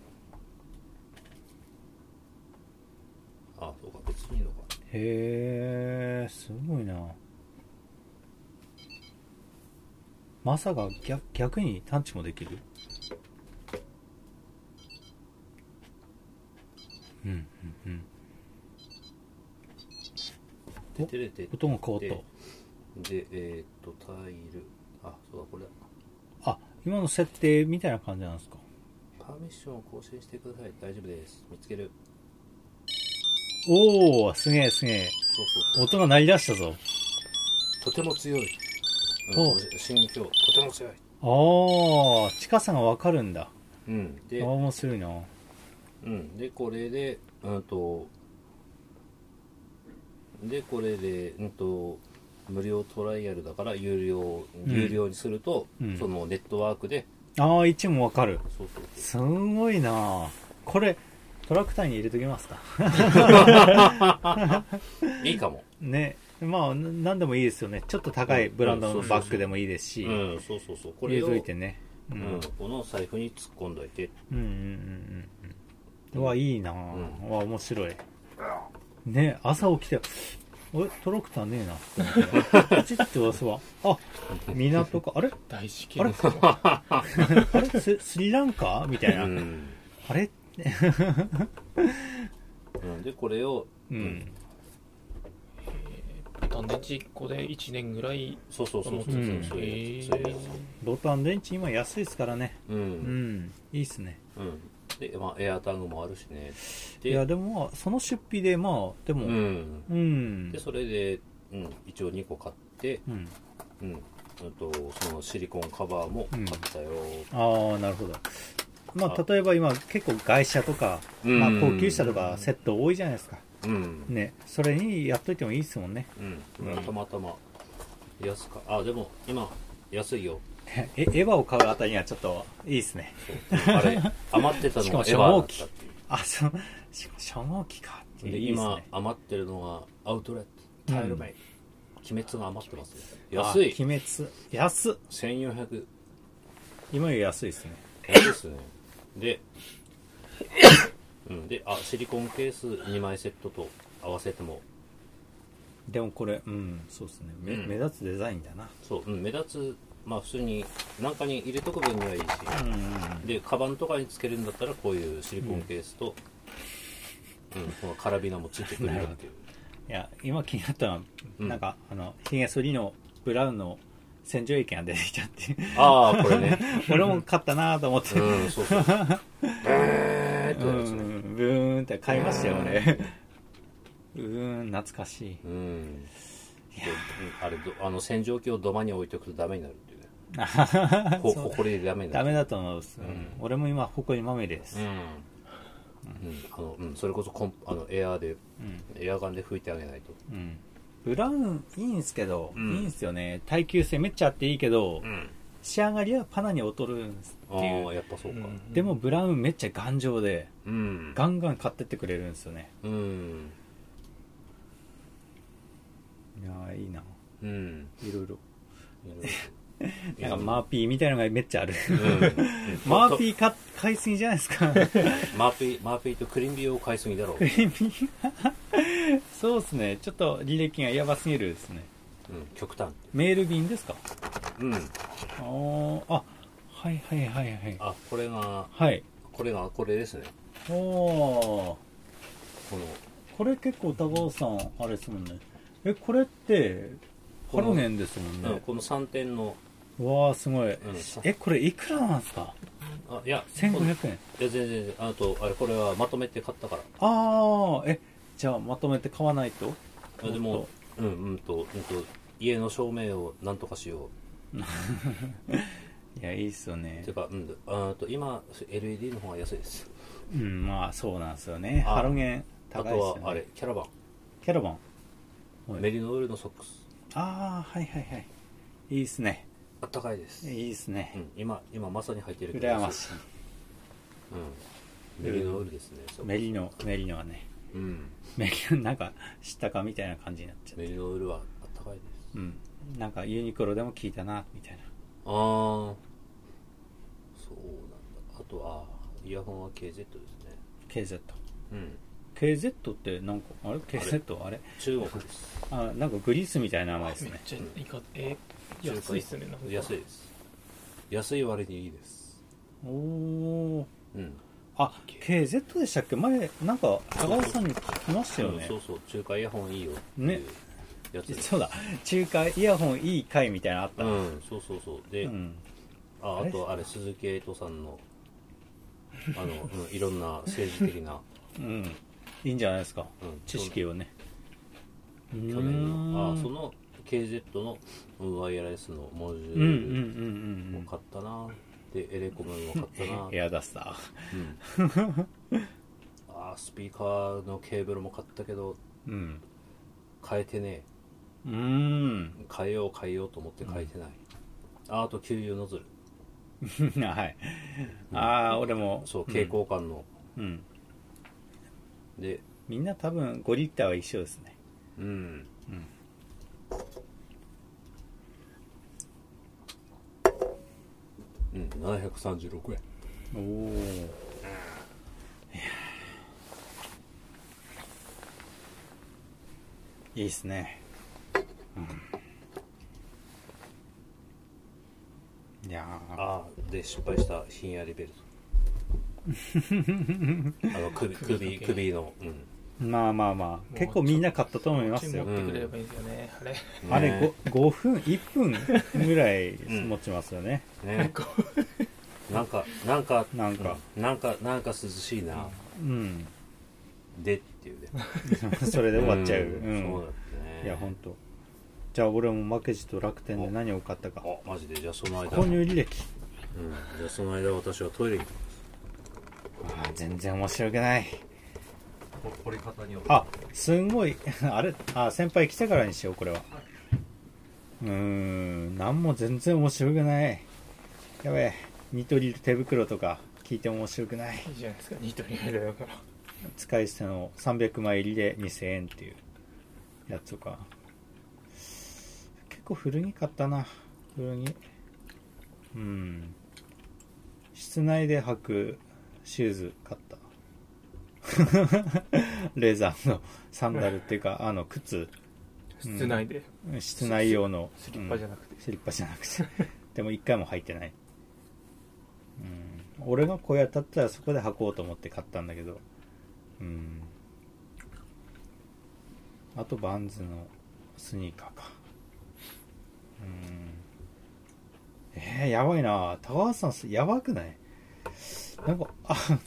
あそうか別にいいのかへえ、すごいな。まさか逆逆に探知もできるうんうんうん。でてれて音が変わっでえーっとタイルあそうだこれだた。あ、今の設定みたいな感じなんですかパーミッションを更新してください大丈夫です見つけるおおすげえすげえ。そうそうそう音が鳴り出したぞ。とても強い、おうん、心境とても強い、ああ、近さがわかるんだ。うん、あでー、面白いな。うん、でこれでうんとでこれでうんと無料トライアルだから有料うん有料にすると、うんそのネットワークでああ、位置もわかる。そうそうそうすんごいなこれ、トラクターに入れときますか。いいかも、ね。まあ、ななんでもいいですよね。ちょっと高いブランドのバッグでもいいですうし、ん、そうそうそうこ入れれを、といてね。う。うんうんん、この財布に突っ込んどいてうんうんうん。うわ、いいなぁ。ううわ、面白い。ね、朝起きて、おいトラクターねえなって思って。パチッて押すわ。あ、港か。あれ大事件ですよ。あれススリランカみたいうな。ん、あれうん、でこれを、ううんん。断電池1個で1年ぐらい。そうそうそうそう、うんそういうやつへそういうやつーボタン電池今安いですからね。うん、うん。いいっすね。うん、でまあエアタグもあるしねいでや、でもまあ、その出費で、まあ、でうも、んうんで。それで、うん、一応2個買って、うん。うん、うんとそのシリコンカバーも買ったよ、ああ、なるほど。まあ、あ例えば今、結構外車とか、うんまあ、高級車とかセット多いじゃないですか。うん、ね。それにやっといてもいいですもんね。 うんたまたま安かあでも今安いよえ、エヴァを買うあたりにはちょっと、いいですね。あ れ余ってたしのかもが初エヴァだ号っ機たってい。あ、その、しかも初号機か。ういでいです今ね。余ってるのがアウトレッうトんタイルメイト、鬼滅が余ってますね安いあ鬼滅。安っ。 1400今より安いですね。円ですねでうん、であシリコンケース2枚セットと合わせてもでもこれ、うん、そうですね。めうん目立つデザインだな。そう、うん、目立つまあ普通になんかに入れとく分にはいいし、うんうんうん。でカバンとかにつけるんだったらこういうシリコンケースと、うんこのカラビナもついてくるよっていういや、今気になったのは、うんなんか、あの、ヒゲ剃りのブラウンの洗浄液が出てきちゃって、 ああこれね俺も買ったなぁと思って、ううんんそ うそうえーっとやつねブーンって買いましたよね。うーん、懐かしい。うんでうんあれどあの洗浄機を土間に置いておくとダメになるっていうねあはははこそうこれでダメになダるメだと思うっす、うん俺も今、ほこりまみれですうん、う。んあのうん、それこそコンあのエアーで、エアガンで拭いてあげないとうんブラウンいいんすけど、うんいいんすよね。耐久性めっちゃあっていいけど、ん仕上がりはパナに劣るんですあっていうあ。やっぱそうかでもブラウンめっちゃ頑丈で、うんガンガン買ってってくれるんですよね。うんいやーいいな。うんいろいろ。い なんやかマーピーみたいなのがめっちゃあ る。うんマーピー買買いすぎじゃないです か。マーピー、マーピーとクリンビーを買いすぎだろう。うん、そうですね。ちょっと履歴がやばすぎるですね。極端。メール便ですかうん。あーあ、はいはいはいはい。あ、これが、はい。これが、これですね。おー。この、これ結構高尾さん、あれですもんね。え、これって、ハロゲンですもんうんね。この3点の、わー、すごい。うん、え、これいくらなんですかあ、いや、このい ?1500 円。や、全然全然、あと、あれ、これはまとめて買ったから。あー、え、じゃあまとめて買わないとあでも、うん、うんと、うんと、家の照明をなんとかしよいや、いいっすよう。ねて。か、うん、あと、今、LED の方が安いです。うん、まあそうなんですよね。あハロゲンあ高いとですはよ、ね。あれ、キャラバン。キャラバン。はいメリノールのソックス。ああ、はいはいはい。いいっすね。あったかいです。いいっすうね。ん、今、今まさに入ってるけど羨ましうん。メリノールですね。そい。うメリノ、メリノはね。うん。メリノ、なんか、知ったかみたいな感じになっちゃう。メリノールはあったかいです。うん。なんか、ユニクロでも聞いたな、みたいな。ああ。そうなんだ。あとは、イヤホンは KZ ですね。 KZ。うん。 KZ って、なんか、あれ ?KZ? あれ中国です。あなんかグリースみたいな名前ですめっね。ちゃいいか、えー、安いっすね、なんか。安いです。安い割にいいです。おおー。うん。あ、KZ でしたっけ前、なんか、高尾さんに聞きましたよね。そうそう、中華イヤホンいいよってねいうやつです。そうだ、中華イヤホンいい回みたいなのあったうな。ん、そうそうそう。で、うん。あああれと、あれ、鈴木エイトさんの、あの、うん、いろんな政治的な、うん。いいんじゃないですか。うん 知識をね。去去年の、あその KZ のうんワイヤレスのモジュうんうんうんールをうん買ったな。でエレコムも買ったなエアダスター。うん あースピーカーのケーブルも買ったけどうん。変えてねうーん。 え変えよう変えようと思って変えてない、ああと給油ノズルはい。ああ、俺も。そううん蛍光管の、うん。でみんな多分5リッターは一緒ですね。うんうんうん、736円おお。いいっすね。うん。いやーああで失敗したひんやりベ ルトあの首首首の、うん、まあまあまあ、結構みんな買ったと思い持まっすよ。てくれればいいんですよね。ああれ。れね 5, 5分、1分ぐらい持ちますよね。ねなんかなんかなんかうんなんかなんか涼しいな、うん。 でっていうねそれで終わっちゃう。うんん。そうだったねいや、ほんと。じゃあ俺も負けじと楽天で何を買ったか。あマジでじゃあその間購入履歴。うん、じゃあその間私はトイレにあー全然面白くない。こ掘り方によってあ、すんごい。 あれあ、先輩来てからにしよう、これは。うーん、なんも全然面白くない。やべえ、ニトリ手袋とか聞いて面白くない。いいじゃないですか。ニトリ選だから。使い捨ての300枚入りで2000円っていうやつとか結構古着買ったな古着うん室内で履くシューズ買った レザーのサンダルっていうかあの靴うん室内で。室内用のスリッパじゃなくなくて。てスリッパじゃなくてでも一回も履いてないうん俺が小屋立ったらそこで履こうと思って買ったんだけどうんあとバンズのスニーカーかうんえー、やばいな高橋さんすやばくないなんかあ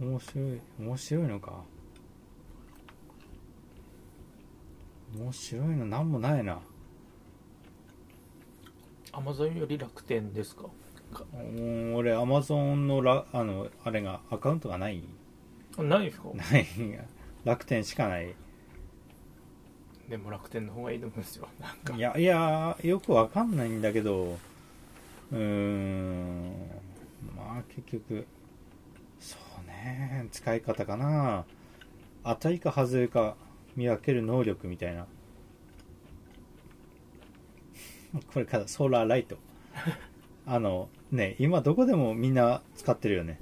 お面白い面白いのか面白いのなんもないなアマゾンより楽天ですか。かうん俺アマゾンのラあのあれがアカウントがないあないですか。ない楽天しかないでも楽天の方がいいと思うんですよ。なんかい。やいやよくわかんないんだけどうーんまあ結局そうね使い方かな当たりか外れか見分ける能力みたいな これからソーラーライトあのね今どこでもみんな使ってるよね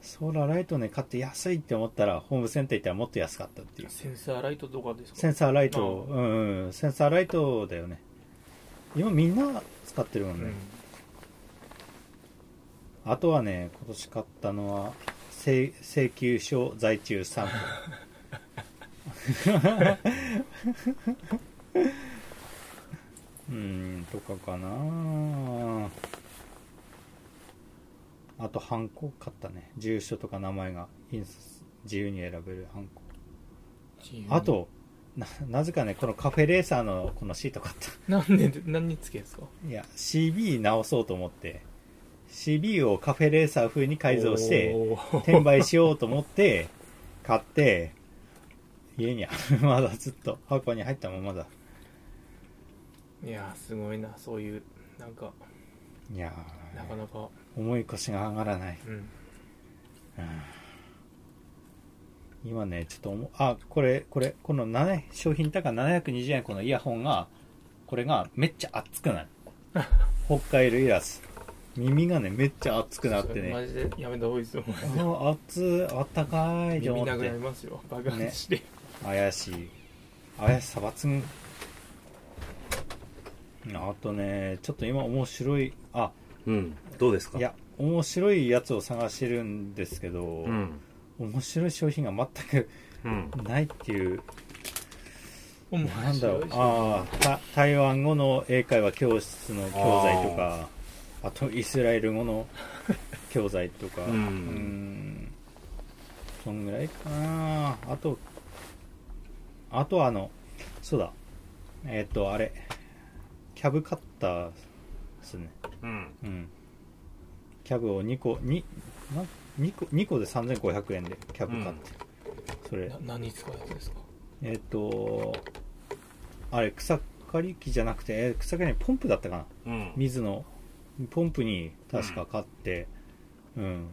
ソーラーライトね買って安いって思ったらホームセンター行ったらもっと安かったっていうセンサーライトとかですか。センサーライト、うん、うん、センサーライトだよね。今みんな使ってるもんうねん。。あとはね、今年買ったのは、請請求書在中3個。うん、とかかなあと、ハンコ買ったね。住所とか名前が印刷自由に選べるハンコ。自由にあ。とななぜかねこのカフェレーサーのこのシート買っ何年で何につけですか。たいや CB 直そうと思って CB をカフェレーサー風に改造しておー。転売しようと思って買って家にある まだずっと箱に入ったままだいやーすごいなそういうなんかいやなかなかー重い腰が上がらないうん今ねちょっとおもあこれこれこの7商品高720円このイヤホンがこれがめっちゃ熱くな る北海道いらず耳がねめっちゃ熱くなってねマジでやめた方がいい ですよあ熱あったかいと思耳なっくなてりますよ爆発して、怪しい怪しさ抜群あとねちょっと今面白いあうんどうですかいや面白いやつを探してるんですけど、うん面白い商品が全くうんないっていう面白いなんだろうああた台湾語の英会話教室の教材とかあとイスラエル語の教材とかうんんそんぐらいかなあとあとあのそうだえっ、とあれキャブカッターですねうんうんキャブを2個2な2個 ,2 個で3500円でキャブ買って、それな何に使うやつですかえっ、とあれ草刈り機じゃなくてえー草刈りのポンプだったかなうん水のポンプに確か買ってうん、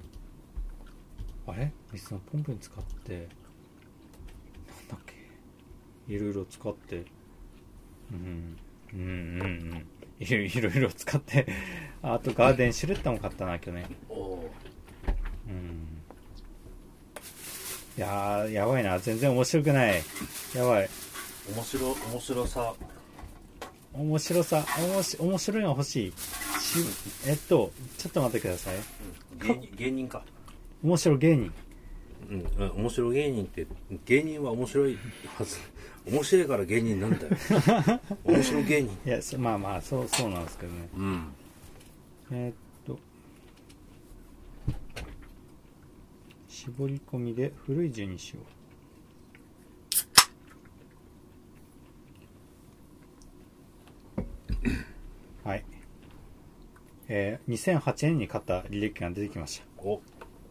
あれ水のポンプに使ってなんだっけいろいろ使ってうんうんうんうんいろいろいろ使ってあとガーデンシルエットも買ったな去年おおうんいやーやばいな全然面白くないやばい面白面白さ面白さおもし面白いの欲しいしえっとちょっと待ってください芸人芸人か面白芸人うん、うん、面白芸人って芸人は面白いはず面白いから芸人なんだよ 面白芸人いやそまあまあそうそうなんですけどねうんえーっと絞り込みで古い順にしようはいえー、2008年に買った履歴が出てきましたお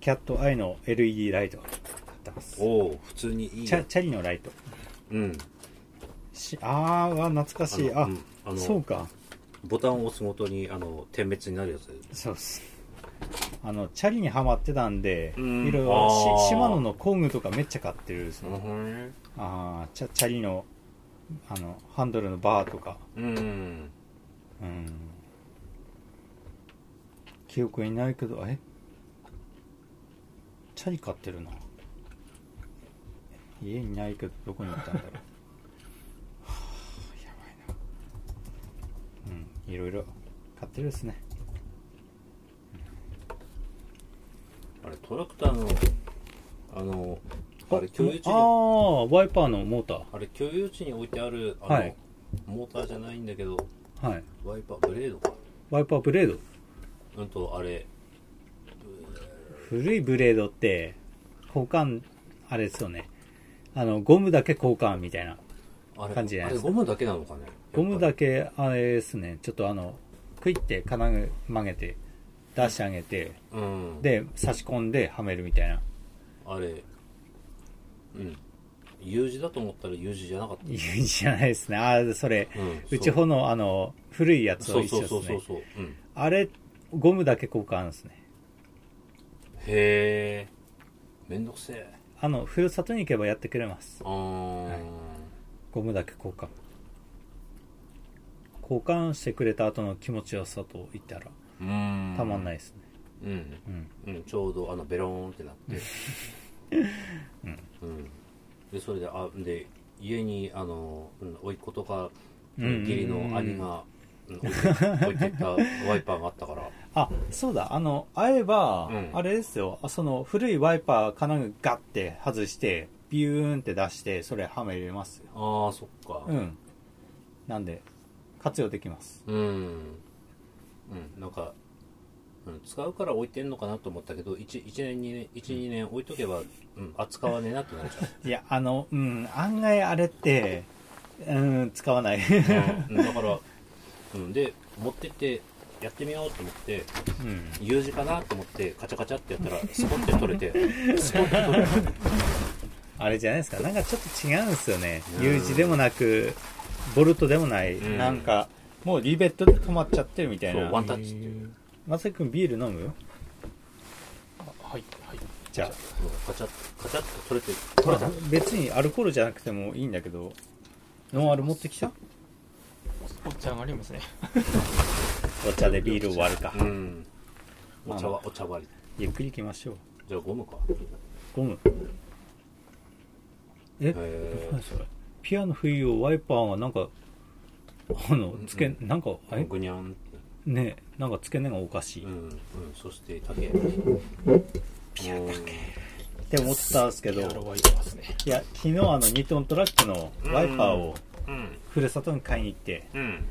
キャットアイの LED ライト買ってますチおう普通にいいャねチャリのライトうんしあーわ懐かしいあのうんあのそうかボタンを押すごとにあの点滅になるやつそうっすあのチャリにはまってたんで、うんいろいあろーし島野の工具とかめっちゃ買ってるんですよ、んああチャチャリのあのハンドルのバーとかうんうん記憶にないけどえチャリ買ってるな家にないけどどこに行ったんだろうはあやばいなうんいろいろ買ってるですねあれトラクターのあのあれ共有地あにあワイパーのモータあれ共有地に置いてあるあの、はいモーターじゃないんだけどーはいワイパーブレードかワイパーブレードうんとあれ古いブレードって交換あれですよねあのゴムだけ交換みたいなあれ感じじゃあないれですかゴムだけなのかねゴムけだけあれですねちょっとあのクイって金具曲げて出してあげてうんで差し込んではめるみたいなあれうん U 字だと思ったら U 字じゃなかっいうんじゃないですねああそれた、うん、うちほのあの古いやつそをう一そ緒うでそすうそうねそう、うん、あれゴムだけ交換ですねへえめんどくせえあのふるさとに行けばやってくれますあー、はいゴムだけ交換交換してくれた後の気持ちよさと言ったらうんたまんないいですねうんうんうん、ちょうどあのベローンって なって、うんでそれであで家にあのうん甥っ子とかうんうんうん義理の兄がうん置いて置いて ったワイパーがあったからあそうだあの会えば、うんあれですよあその古いワイパー金具ガッて外してビューンって出してそれはめれますよああそっかうんなんで活用できますうん、うんなんか、うん、使うから置いてんのかなと思ったけど 1, 一年2年12年置いとけば、うん、扱わねえなってなっちゃういやあのうん案外あれってうん使わない うんだから、うん、で持ってってやってみようと思ってうん、 U 字かなと思ってカチャカチャってやったらスポッて取れてスポッて取れてあれじゃないですかなんかちょっと違うんですよねうん U 字でもなくボルトでもない、うんなんかもうリベットで止まっちゃってるみたいそうワなンタッチっていうまさきくんビール飲むあはいはいじゃあカチャカチャって取れて取まれあた別にアルコールじゃなくてもいいんだけどノンアル持ってきたお茶がありますねお茶でビールを割るかうんお茶はお茶割りゆっくり行きましょうじゃあゴムかゴムええ何それピアノ冬をワイパーがなんかあのつけ、なんかえー、ぐにゃんってねえなんか付け根がおかしい、うっん、うん、そして竹ピアて思ったんですけどやろはいきますねいや昨日あの2トントラックのワイパーをうんふるさとに買いに行ってうん